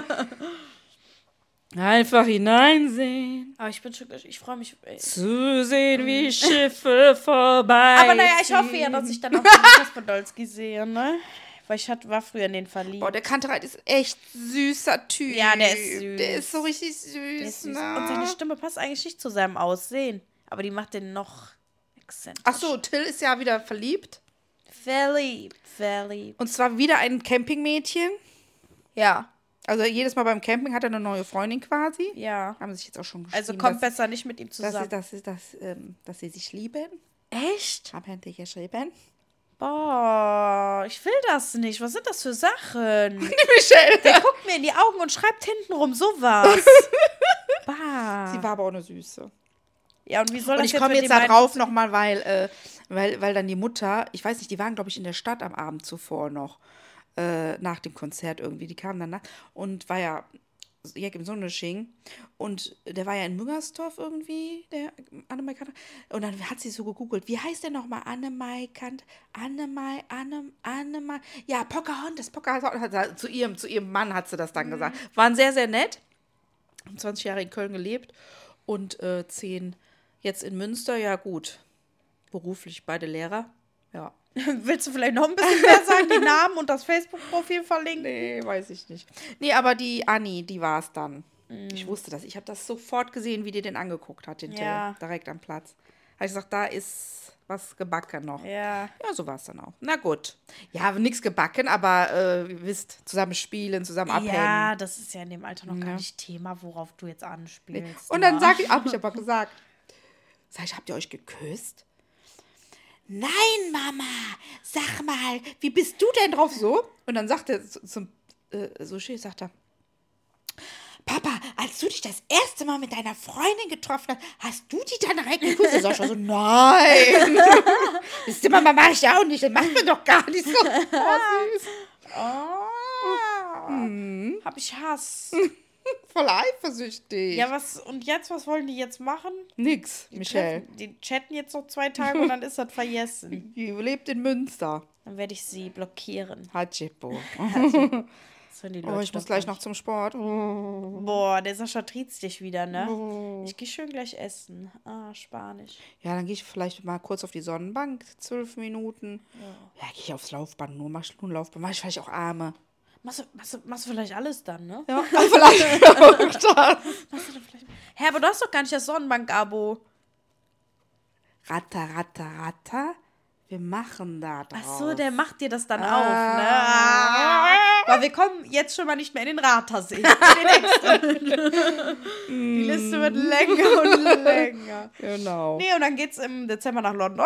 Speaker 4: Einfach hineinsehen.
Speaker 5: Aber ich bin schon, ich freue mich. ey.
Speaker 4: Zusehen, wie Schiffe vorbei.
Speaker 5: Mhm. Aber naja, ich hoffe ja, dass ich dann auch den Podolski sehe, ne? Weil ich hat, war früher in den verliebt.
Speaker 4: Boah, der Kantereit ist echt süßer Typ.
Speaker 5: Ja, der ist süß.
Speaker 4: Der ist so richtig süß.
Speaker 5: Der ist süß.
Speaker 4: Ne?
Speaker 5: Und seine Stimme passt eigentlich nicht zu seinem Aussehen. Aber die macht den noch exzentrisch.
Speaker 4: Ach so, Till ist ja wieder verliebt.
Speaker 5: Verliebt, verliebt.
Speaker 4: Und zwar wieder ein Campingmädchen.
Speaker 5: Ja.
Speaker 4: Also jedes Mal beim Camping hat er eine neue Freundin quasi.
Speaker 5: Ja.
Speaker 4: Haben sich jetzt auch schon
Speaker 5: Also
Speaker 4: geschrieben,
Speaker 5: kommt
Speaker 4: dass,
Speaker 5: besser nicht mit ihm
Speaker 4: dass, sie-
Speaker 5: zusammen.
Speaker 4: dass, sie- dass, ähm, dass sie sich lieben.
Speaker 5: Echt?
Speaker 4: Haben sie geschrieben.
Speaker 5: Boah, ich will das nicht. Was sind das für Sachen?
Speaker 4: Michelle.
Speaker 5: Der guckt mir in die Augen und schreibt hintenrum sowas. Bah.
Speaker 4: Sie war aber auch eine Süße.
Speaker 5: Ja, und wie soll
Speaker 4: Und
Speaker 5: das
Speaker 4: ich
Speaker 5: jetzt
Speaker 4: komme
Speaker 5: mit
Speaker 4: jetzt
Speaker 5: den
Speaker 4: da
Speaker 5: beiden-
Speaker 4: drauf nochmal, weil, äh, weil, weil dann die Mutter, ich weiß nicht, die waren, glaube ich, in der Stadt am Abend zuvor noch, äh, nach dem Konzert irgendwie. Die kamen dann nach und war ja Jack im Sonnenschein. Und der war ja in Müngersdorf irgendwie, der Annemai Kant. Und dann hat sie so gegoogelt, wie heißt der nochmal? Annemai Kant, Annemai, Annem, Annemai. Ja, Pocahontas, Pocahontas. Hat sie- Zu ihrem, zu ihrem Mann hat sie das
Speaker 5: Mhm.
Speaker 4: dann gesagt. Waren sehr, sehr nett. 20 Jahre in Köln gelebt und äh, 10 jetzt in Münster. Ja, gut. Beruflich beide Lehrer. Ja.
Speaker 5: Willst du vielleicht noch ein bisschen mehr sagen, die Namen und das Facebook-Profil verlinken?
Speaker 4: Nee, weiß ich nicht. Nee, aber die Anni, die war es dann.
Speaker 5: Mhm.
Speaker 4: Ich wusste das. Ich habe das sofort gesehen, wie die den angeguckt hat, den
Speaker 5: Ja.
Speaker 4: Till, direkt am Platz. Habe ich gesagt, da ist was gebacken noch.
Speaker 5: Ja.
Speaker 4: Ja, so war es dann auch. Na gut. Ja, nichts gebacken, aber äh, ihr wisst, zusammen spielen, zusammen abhängen.
Speaker 5: Ja, das ist ja in dem Alter noch gar nicht Thema, worauf du jetzt anspielst.
Speaker 4: Und dann
Speaker 5: ne?
Speaker 4: sag ich, hab ich aber gesagt. Sag ich, habt ihr euch geküsst? Nein, Mama, sag mal, wie bist du denn drauf so? Und dann sagt er zu- zum äh, Sushi, sagt er, Papa, als du dich das erste Mal mit deiner Freundin getroffen hast, hast du die dann direkt geküsst? Und Sascha so, nein. das immer mal mache ich ja auch nicht, das macht man doch gar nicht so. Oh, süß.
Speaker 5: Hab ich Hass.
Speaker 4: Voll eifersüchtig.
Speaker 5: Ja, was, und jetzt, was wollen die jetzt machen?
Speaker 4: nix,
Speaker 5: Die
Speaker 4: Michelle.
Speaker 5: treffen- Die chatten jetzt noch zwei Tage und dann ist das vergessen.
Speaker 4: Die lebt in Münster.
Speaker 5: Dann werde ich sie blockieren.
Speaker 4: Hatschipo.
Speaker 5: Das hören die
Speaker 4: Oh,
Speaker 5: Leute
Speaker 4: ich muss
Speaker 5: doch
Speaker 4: gleich
Speaker 5: nicht.
Speaker 4: noch zum Sport.
Speaker 5: Boah, der Sascha triezt dich
Speaker 4: Oh.
Speaker 5: wieder, ne? Ich gehe schön gleich essen. Ah, Spanisch.
Speaker 4: Ja, dann gehe ich vielleicht mal kurz auf die Sonnenbank, zwölf Minuten. Ja, gehe ich aufs Laufband, nur mach ich nur ein Laufband, mach ich vielleicht auch Arme.
Speaker 5: Machst du, machst, du, machst du vielleicht alles dann, ne?
Speaker 4: Ja, vielleicht auch das.
Speaker 5: Hä, aber du hast doch gar nicht das Sonnenbank-Abo.
Speaker 4: Ratter, ratter, ratter. Wir machen da draus.
Speaker 5: Ach so, der macht dir das dann auf, ne? Ah. Weil wir kommen jetzt schon mal nicht mehr in den Rathaus. Ich in den nächsten. Die Liste wird länger und länger.
Speaker 4: Genau.
Speaker 5: Nee, und dann geht's im Dezember nach London.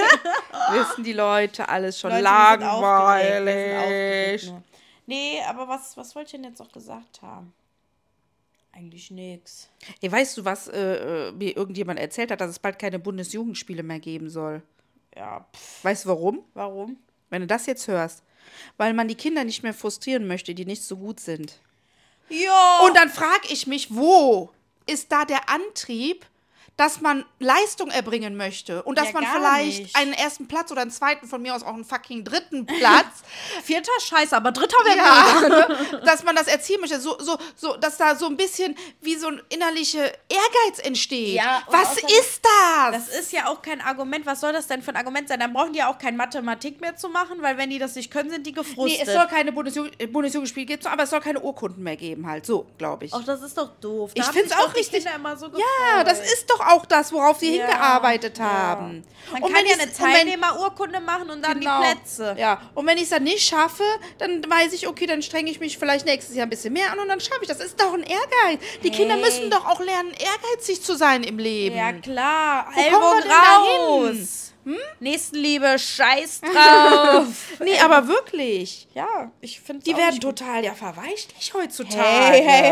Speaker 4: Wissen die Leute alles schon
Speaker 5: Leute, wir sind aufgeregt, wir sind aufgeregt
Speaker 4: langweilig.
Speaker 5: nur. Nee, aber was, was wollte ich denn jetzt noch gesagt haben? Eigentlich nix.
Speaker 4: Ey, weißt du, was äh, äh, mir irgendjemand erzählt hat, dass es bald keine Bundesjugendspiele mehr geben soll?
Speaker 5: Ja, pff,
Speaker 4: Weißt du warum?
Speaker 5: warum?
Speaker 4: Wenn du das jetzt hörst. Weil man die Kinder nicht mehr frustrieren möchte, die nicht so gut sind.
Speaker 5: Ja!
Speaker 4: Und dann frage ich mich, wo ist da der Antrieb, dass man Leistung erbringen möchte und dass
Speaker 5: Ja,
Speaker 4: man
Speaker 5: gar
Speaker 4: vielleicht
Speaker 5: nicht.
Speaker 4: einen ersten Platz oder einen zweiten, von mir aus auch einen fucking dritten Platz,
Speaker 5: Vierter Scheiß, aber dritter wäre
Speaker 4: ja, ne, dass man das erziehen möchte, so, so, so, dass da so ein bisschen wie so ein innerlicher Ehrgeiz entsteht.
Speaker 5: Ja, und
Speaker 4: Was
Speaker 5: außerdem-
Speaker 4: ist das?
Speaker 5: Das ist ja auch kein Argument. Was soll das denn für ein Argument sein? Dann brauchen die ja auch kein Mathematik mehr zu machen, weil wenn die das nicht können, sind die
Speaker 4: Nee,
Speaker 5: gefrustet.
Speaker 4: es soll keine Bundesjugend- äh, Bundesjugendspiele geben, aber es soll keine Urkunden mehr geben, halt so, glaube ich.
Speaker 5: Ach, das ist doch doof. Da
Speaker 4: Ich
Speaker 5: haben
Speaker 4: find's
Speaker 5: sich
Speaker 4: auch
Speaker 5: doch die
Speaker 4: richtig-
Speaker 5: Kinder immer so
Speaker 4: Ja, das
Speaker 5: gefreut.
Speaker 4: ist doch auch das, worauf sie
Speaker 5: Ja,
Speaker 4: hingearbeitet haben.
Speaker 5: Man
Speaker 4: Und
Speaker 5: kann
Speaker 4: wenn
Speaker 5: ja
Speaker 4: ich's-
Speaker 5: eine
Speaker 4: und wenn-
Speaker 5: Teilnehmerurkunde machen und dann
Speaker 4: Genau.
Speaker 5: die Plätze.
Speaker 4: Ja, und wenn ich es dann nicht schaffe, dann weiß ich, okay, dann strenge ich mich vielleicht nächstes Jahr ein bisschen mehr an und dann schaffe ich das. ist doch ein Ehrgeiz. Die Kinder müssen doch auch lernen, ehrgeizig zu sein im Leben.
Speaker 5: Ja, klar.
Speaker 4: Wo kommen wir denn
Speaker 5: Ellbogen
Speaker 4: dahin?
Speaker 5: raus. Nächstenliebe, scheiß drauf.
Speaker 4: nee, aber wirklich.
Speaker 5: ja, ich finde
Speaker 4: Die werden total ja verweichlich heutzutage.
Speaker 5: Hey, hey,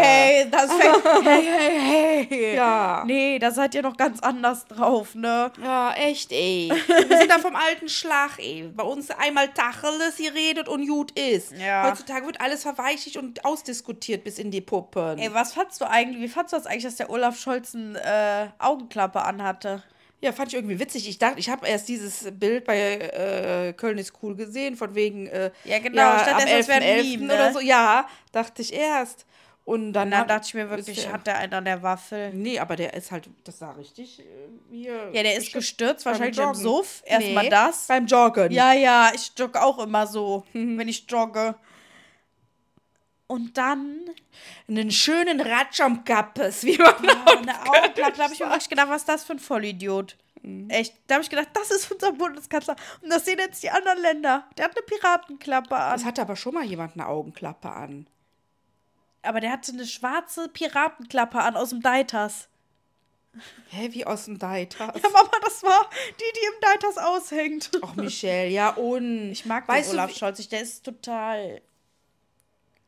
Speaker 5: hey, das fängt, hey, hey, hey.
Speaker 4: Ja.
Speaker 5: Nee, da seid ihr noch ganz anders drauf, ne?
Speaker 4: Ja, echt, ey. Wir sind da vom alten Schlag, ey. Bei uns einmal Tacheles, ihr redet und gut ist.
Speaker 5: Ja.
Speaker 4: Heutzutage wird alles verweichlicht und ausdiskutiert bis in die Puppen.
Speaker 5: Ey, was fandst du eigentlich, wie fandst du das eigentlich, dass der Olaf Scholz eine äh, Augenklappe anhatte?
Speaker 4: Ja, fand ich irgendwie witzig. Ich dachte, ich habe erst dieses Bild bei äh, Köln ist cool gesehen, von wegen. Äh,
Speaker 5: Ja, genau. Stattdessen,
Speaker 4: am
Speaker 5: das wäre ein
Speaker 4: 11.11.
Speaker 5: Meme, ne?
Speaker 4: oder so. Ja, dachte ich erst. Und dann,
Speaker 5: Und dann
Speaker 4: hab-
Speaker 5: dachte ich mir
Speaker 4: ist
Speaker 5: wirklich,
Speaker 4: der,
Speaker 5: hat der einen an der Waffel?
Speaker 4: Nee, aber der ist halt, das sah richtig äh, hier.
Speaker 5: Ja, der ist gestürzt,
Speaker 4: beim
Speaker 5: wahrscheinlich im
Speaker 4: Joggen.
Speaker 5: Suff. Erstmal das.
Speaker 4: Beim Joggen.
Speaker 5: Ja, ja, ich jogge auch immer so,
Speaker 4: Mhm.
Speaker 5: wenn ich jogge. Und dann
Speaker 4: Einen schönen Ratsch am Kappes, wie man
Speaker 5: oh, eine Augenklappe, da habe ich mir wirklich gedacht, was ist das für ein Vollidiot?
Speaker 4: Mhm.
Speaker 5: Echt, da habe ich gedacht, das ist unser Bundeskanzler. Und das sehen jetzt die anderen Länder. Der hat eine Piratenklappe an.
Speaker 4: Das hatte aber schon mal jemand eine Augenklappe an.
Speaker 5: Aber der hatte eine schwarze Piratenklappe an aus dem Deitas.
Speaker 4: Hä, wie aus dem Deiter.
Speaker 5: Ja, Mama, das war die, die im Deitas aushängt.
Speaker 4: Ach, Michelle, ja, und.
Speaker 5: Ich mag den
Speaker 4: weißt
Speaker 5: Olaf
Speaker 4: du,
Speaker 5: Scholz nicht, der ist total.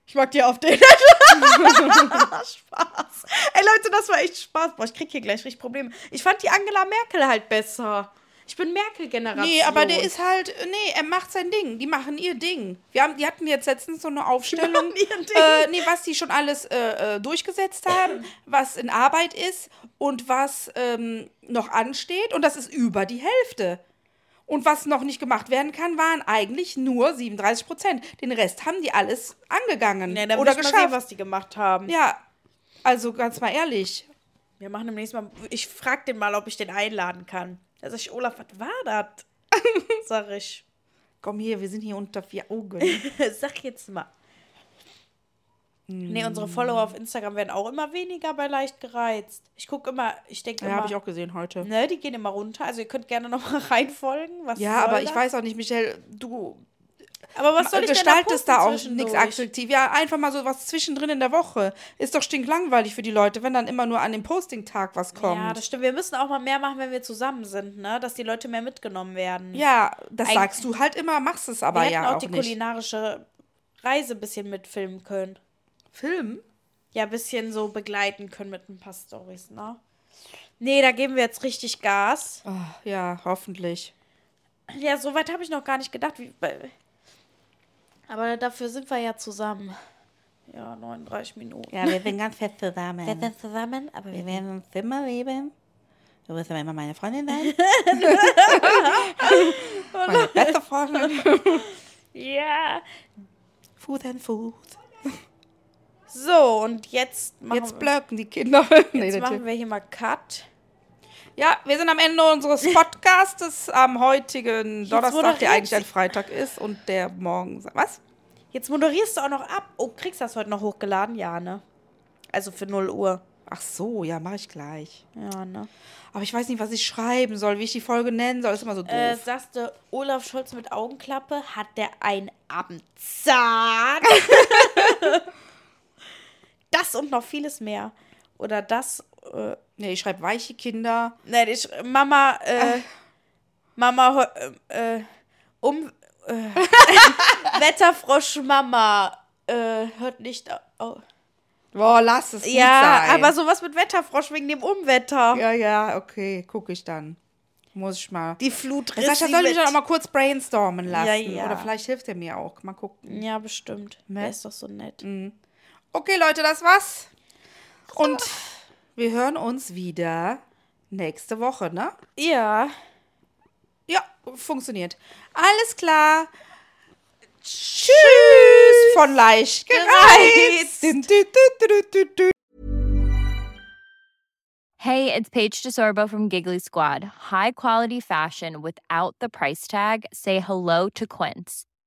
Speaker 5: Ich mag die auf den. Spaß. Ey Leute, das war echt Spaß. Boah, ich krieg hier gleich richtig Probleme. Ich fand die Angela Merkel halt besser. Ich bin Merkel-Generation.
Speaker 4: Nee, aber der ist halt, nee, er macht sein Ding. Die machen ihr Ding. Wir haben, die hatten jetzt letztens so eine Aufstellung,
Speaker 5: Die machen ihr Ding.
Speaker 4: äh, nee, was die schon alles äh, äh, durchgesetzt haben, was in Arbeit ist und was ähm, noch ansteht. Und das ist über die Hälfte. Und was noch nicht gemacht werden kann, waren eigentlich nur 37 Prozent. Den Rest haben die alles angegangen
Speaker 5: Nee, dann
Speaker 4: oder
Speaker 5: will ich mal
Speaker 4: geschafft.
Speaker 5: sehen, was die gemacht haben.
Speaker 4: ja, also ganz mal ehrlich.
Speaker 5: Wir machen demnächst mal. Ich frag den mal, ob ich den einladen kann. Da sag ich, Olaf, was war das? sag ich.
Speaker 4: Komm hier, wir sind hier unter vier Augen.
Speaker 5: sag jetzt mal. Nee, unsere Follower auf Instagram werden auch immer weniger bei leicht gereizt. Ich gucke immer, ich denke
Speaker 4: ja,
Speaker 5: immer,
Speaker 4: habe ich auch gesehen heute.
Speaker 5: ne, die gehen immer runter. Also ihr könnt gerne nochmal reinfolgen. Was
Speaker 4: Ja,
Speaker 5: soll
Speaker 4: aber ich
Speaker 5: das?
Speaker 4: weiß auch nicht, Michelle, du
Speaker 5: Aber was soll ich denn da
Speaker 4: gestaltest
Speaker 5: posten
Speaker 4: da, auch
Speaker 5: zwischendurch?
Speaker 4: nichts attraktiv. Ja, einfach mal so was zwischendrin in der Woche. Ist doch stinklangweilig für die Leute, wenn dann immer nur an dem Posting-Tag was kommt.
Speaker 5: Ja, das stimmt. Wir müssen auch mal mehr machen, wenn wir zusammen sind, ne? Dass die Leute mehr mitgenommen werden.
Speaker 4: Ja, das
Speaker 5: Eig-
Speaker 4: sagst du halt immer, machst es aber
Speaker 5: wir hätten
Speaker 4: ja auch,
Speaker 5: auch die
Speaker 4: nicht.
Speaker 5: kulinarische Reise ein bisschen mitfilmen können.
Speaker 4: Film?
Speaker 5: ja, ein bisschen so begleiten können mit ein paar Storys, ne? Nee, da geben wir jetzt richtig Gas.
Speaker 4: Ach, ja, hoffentlich.
Speaker 5: Ja, so weit habe ich noch gar nicht gedacht. Wie, bei- aber dafür sind wir ja zusammen. Ja, 39 Minuten.
Speaker 4: Ja, wir sind ganz fest zusammen.
Speaker 5: zusammen, aber wir
Speaker 4: werden uns immer leben. Du wirst aber immer meine Freundin ne? sein. meine beste Freundin.
Speaker 5: Ja.
Speaker 4: Fuß an Fuß.
Speaker 5: So, und jetzt machen,
Speaker 4: Jetzt
Speaker 5: wir,
Speaker 4: blöken die Kinder. Nee,
Speaker 5: jetzt
Speaker 4: der Tipp.
Speaker 5: machen wir hier mal Cut.
Speaker 4: Ja, wir sind am Ende unseres Podcastes am heutigen Donnerstag, der
Speaker 5: moderiert
Speaker 4: eigentlich
Speaker 5: sie.
Speaker 4: ein Freitag ist und der morgen. Was?
Speaker 5: Jetzt moderierst du auch noch ab. Oh, kriegst das heute noch hochgeladen? Ja, ne? Also für 0 Uhr.
Speaker 4: Ach so, ja, mache ich gleich.
Speaker 5: Ja, ne?
Speaker 4: Aber ich weiß nicht, was ich schreiben soll, wie ich die Folge nennen soll. Ist immer so doof.
Speaker 5: Äh, sagst du, Olaf Scholz mit Augenklappe, hat der einen Abendzahn? das und noch vieles mehr. Oder das, äh,
Speaker 4: nee, ich schreibe weiche Kinder.
Speaker 5: nein, ich, Mama, äh, Mama, äh, äh, um, äh, Wetterfrosch Mama, äh, hört nicht auf.
Speaker 4: Boah, lass es gut
Speaker 5: Ja,
Speaker 4: sein.
Speaker 5: aber sowas mit Wetterfrosch wegen dem Umwetter.
Speaker 4: Ja, ja, okay, gucke ich dann. Muss ich mal.
Speaker 5: Die Flut riss
Speaker 4: Sascha
Speaker 5: sie
Speaker 4: soll
Speaker 5: mit-
Speaker 4: mich doch noch mal kurz brainstormen lassen.
Speaker 5: ja.
Speaker 4: Oder vielleicht hilft er mir auch. Mal gucken.
Speaker 5: Ja, bestimmt.
Speaker 4: Ne?
Speaker 5: Der ist doch so nett.
Speaker 4: Okay, Leute, das war's. Und wir hören uns wieder nächste Woche, ne?
Speaker 5: Ja.
Speaker 4: Ja, funktioniert. Alles klar. Tschüss von leicht gereizt. Dün, dün, dün, dün, dün, dün.
Speaker 3: Hey, it's Paige DeSorbo from Giggly Squad. High quality fashion without the price tag. Say hello to Quince.